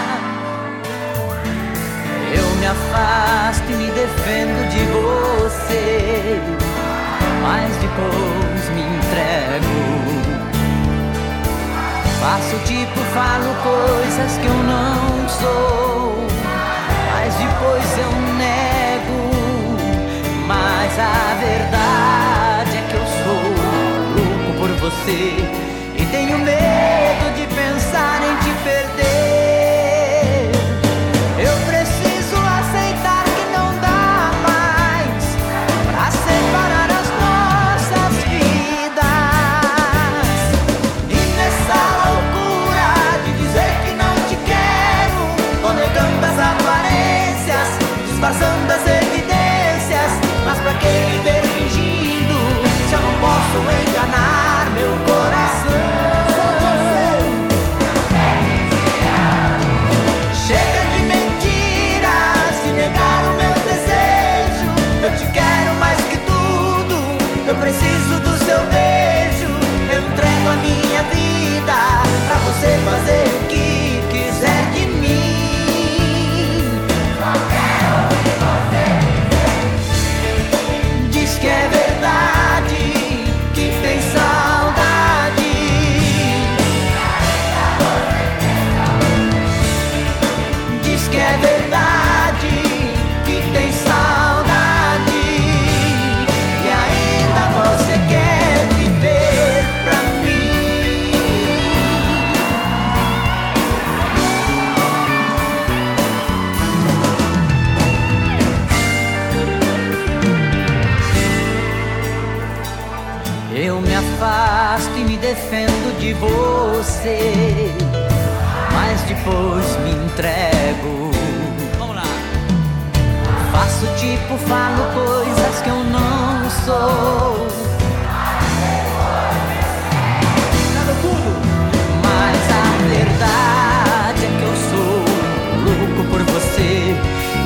Eu me afasto e me defendo de você, mas depois me entrego. Faço tipo, falo coisas que eu não sou mas depois eu nego. Mas a verdade é que eu sou louco por você e tenho medo de pensar em te perder. Eu preciso aceitar que não dá mais pra separar as nossas vidas. E nessa loucura de dizer que não te quero, tô negando as aparências, disfarçando as evidências. Mas pra que viver fingindo se eu não posso enganar meu coração? Chega de mentiras e negar o meu desejo. Eu te quero mais que tudo. Eu preciso do seu beijo. Eu entrego a minha vida pra você fazer o que quiser de mim. Diz que é verdade, que tem saudade. Diz que é verdade, que tem saudade. E ainda você quer viver pra mim. Eu me afasto e me defendo de você, mas depois me entrego. Vamos lá. Faço tipo, falo coisas que eu não sou. Mas a verdade é que eu sou louco por você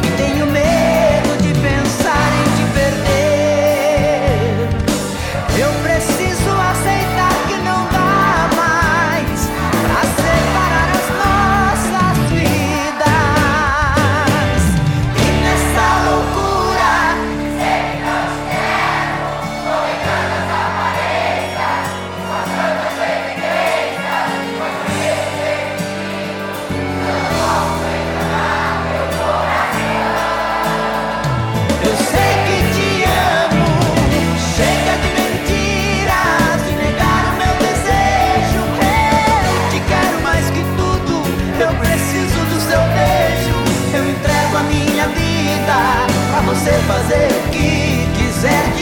e tenho medo de pensar em te perder. Eu preciso aceitar que não dá mais pra separar as nossas vidas. E nessa loucura Eu sei que te amo. Chega de mentiras, de negar o meu desejo. Eu te quero mais que tudo. Eu preciso do seu beijo. Eu entrego a minha vida pra você fazer o que quiser de é é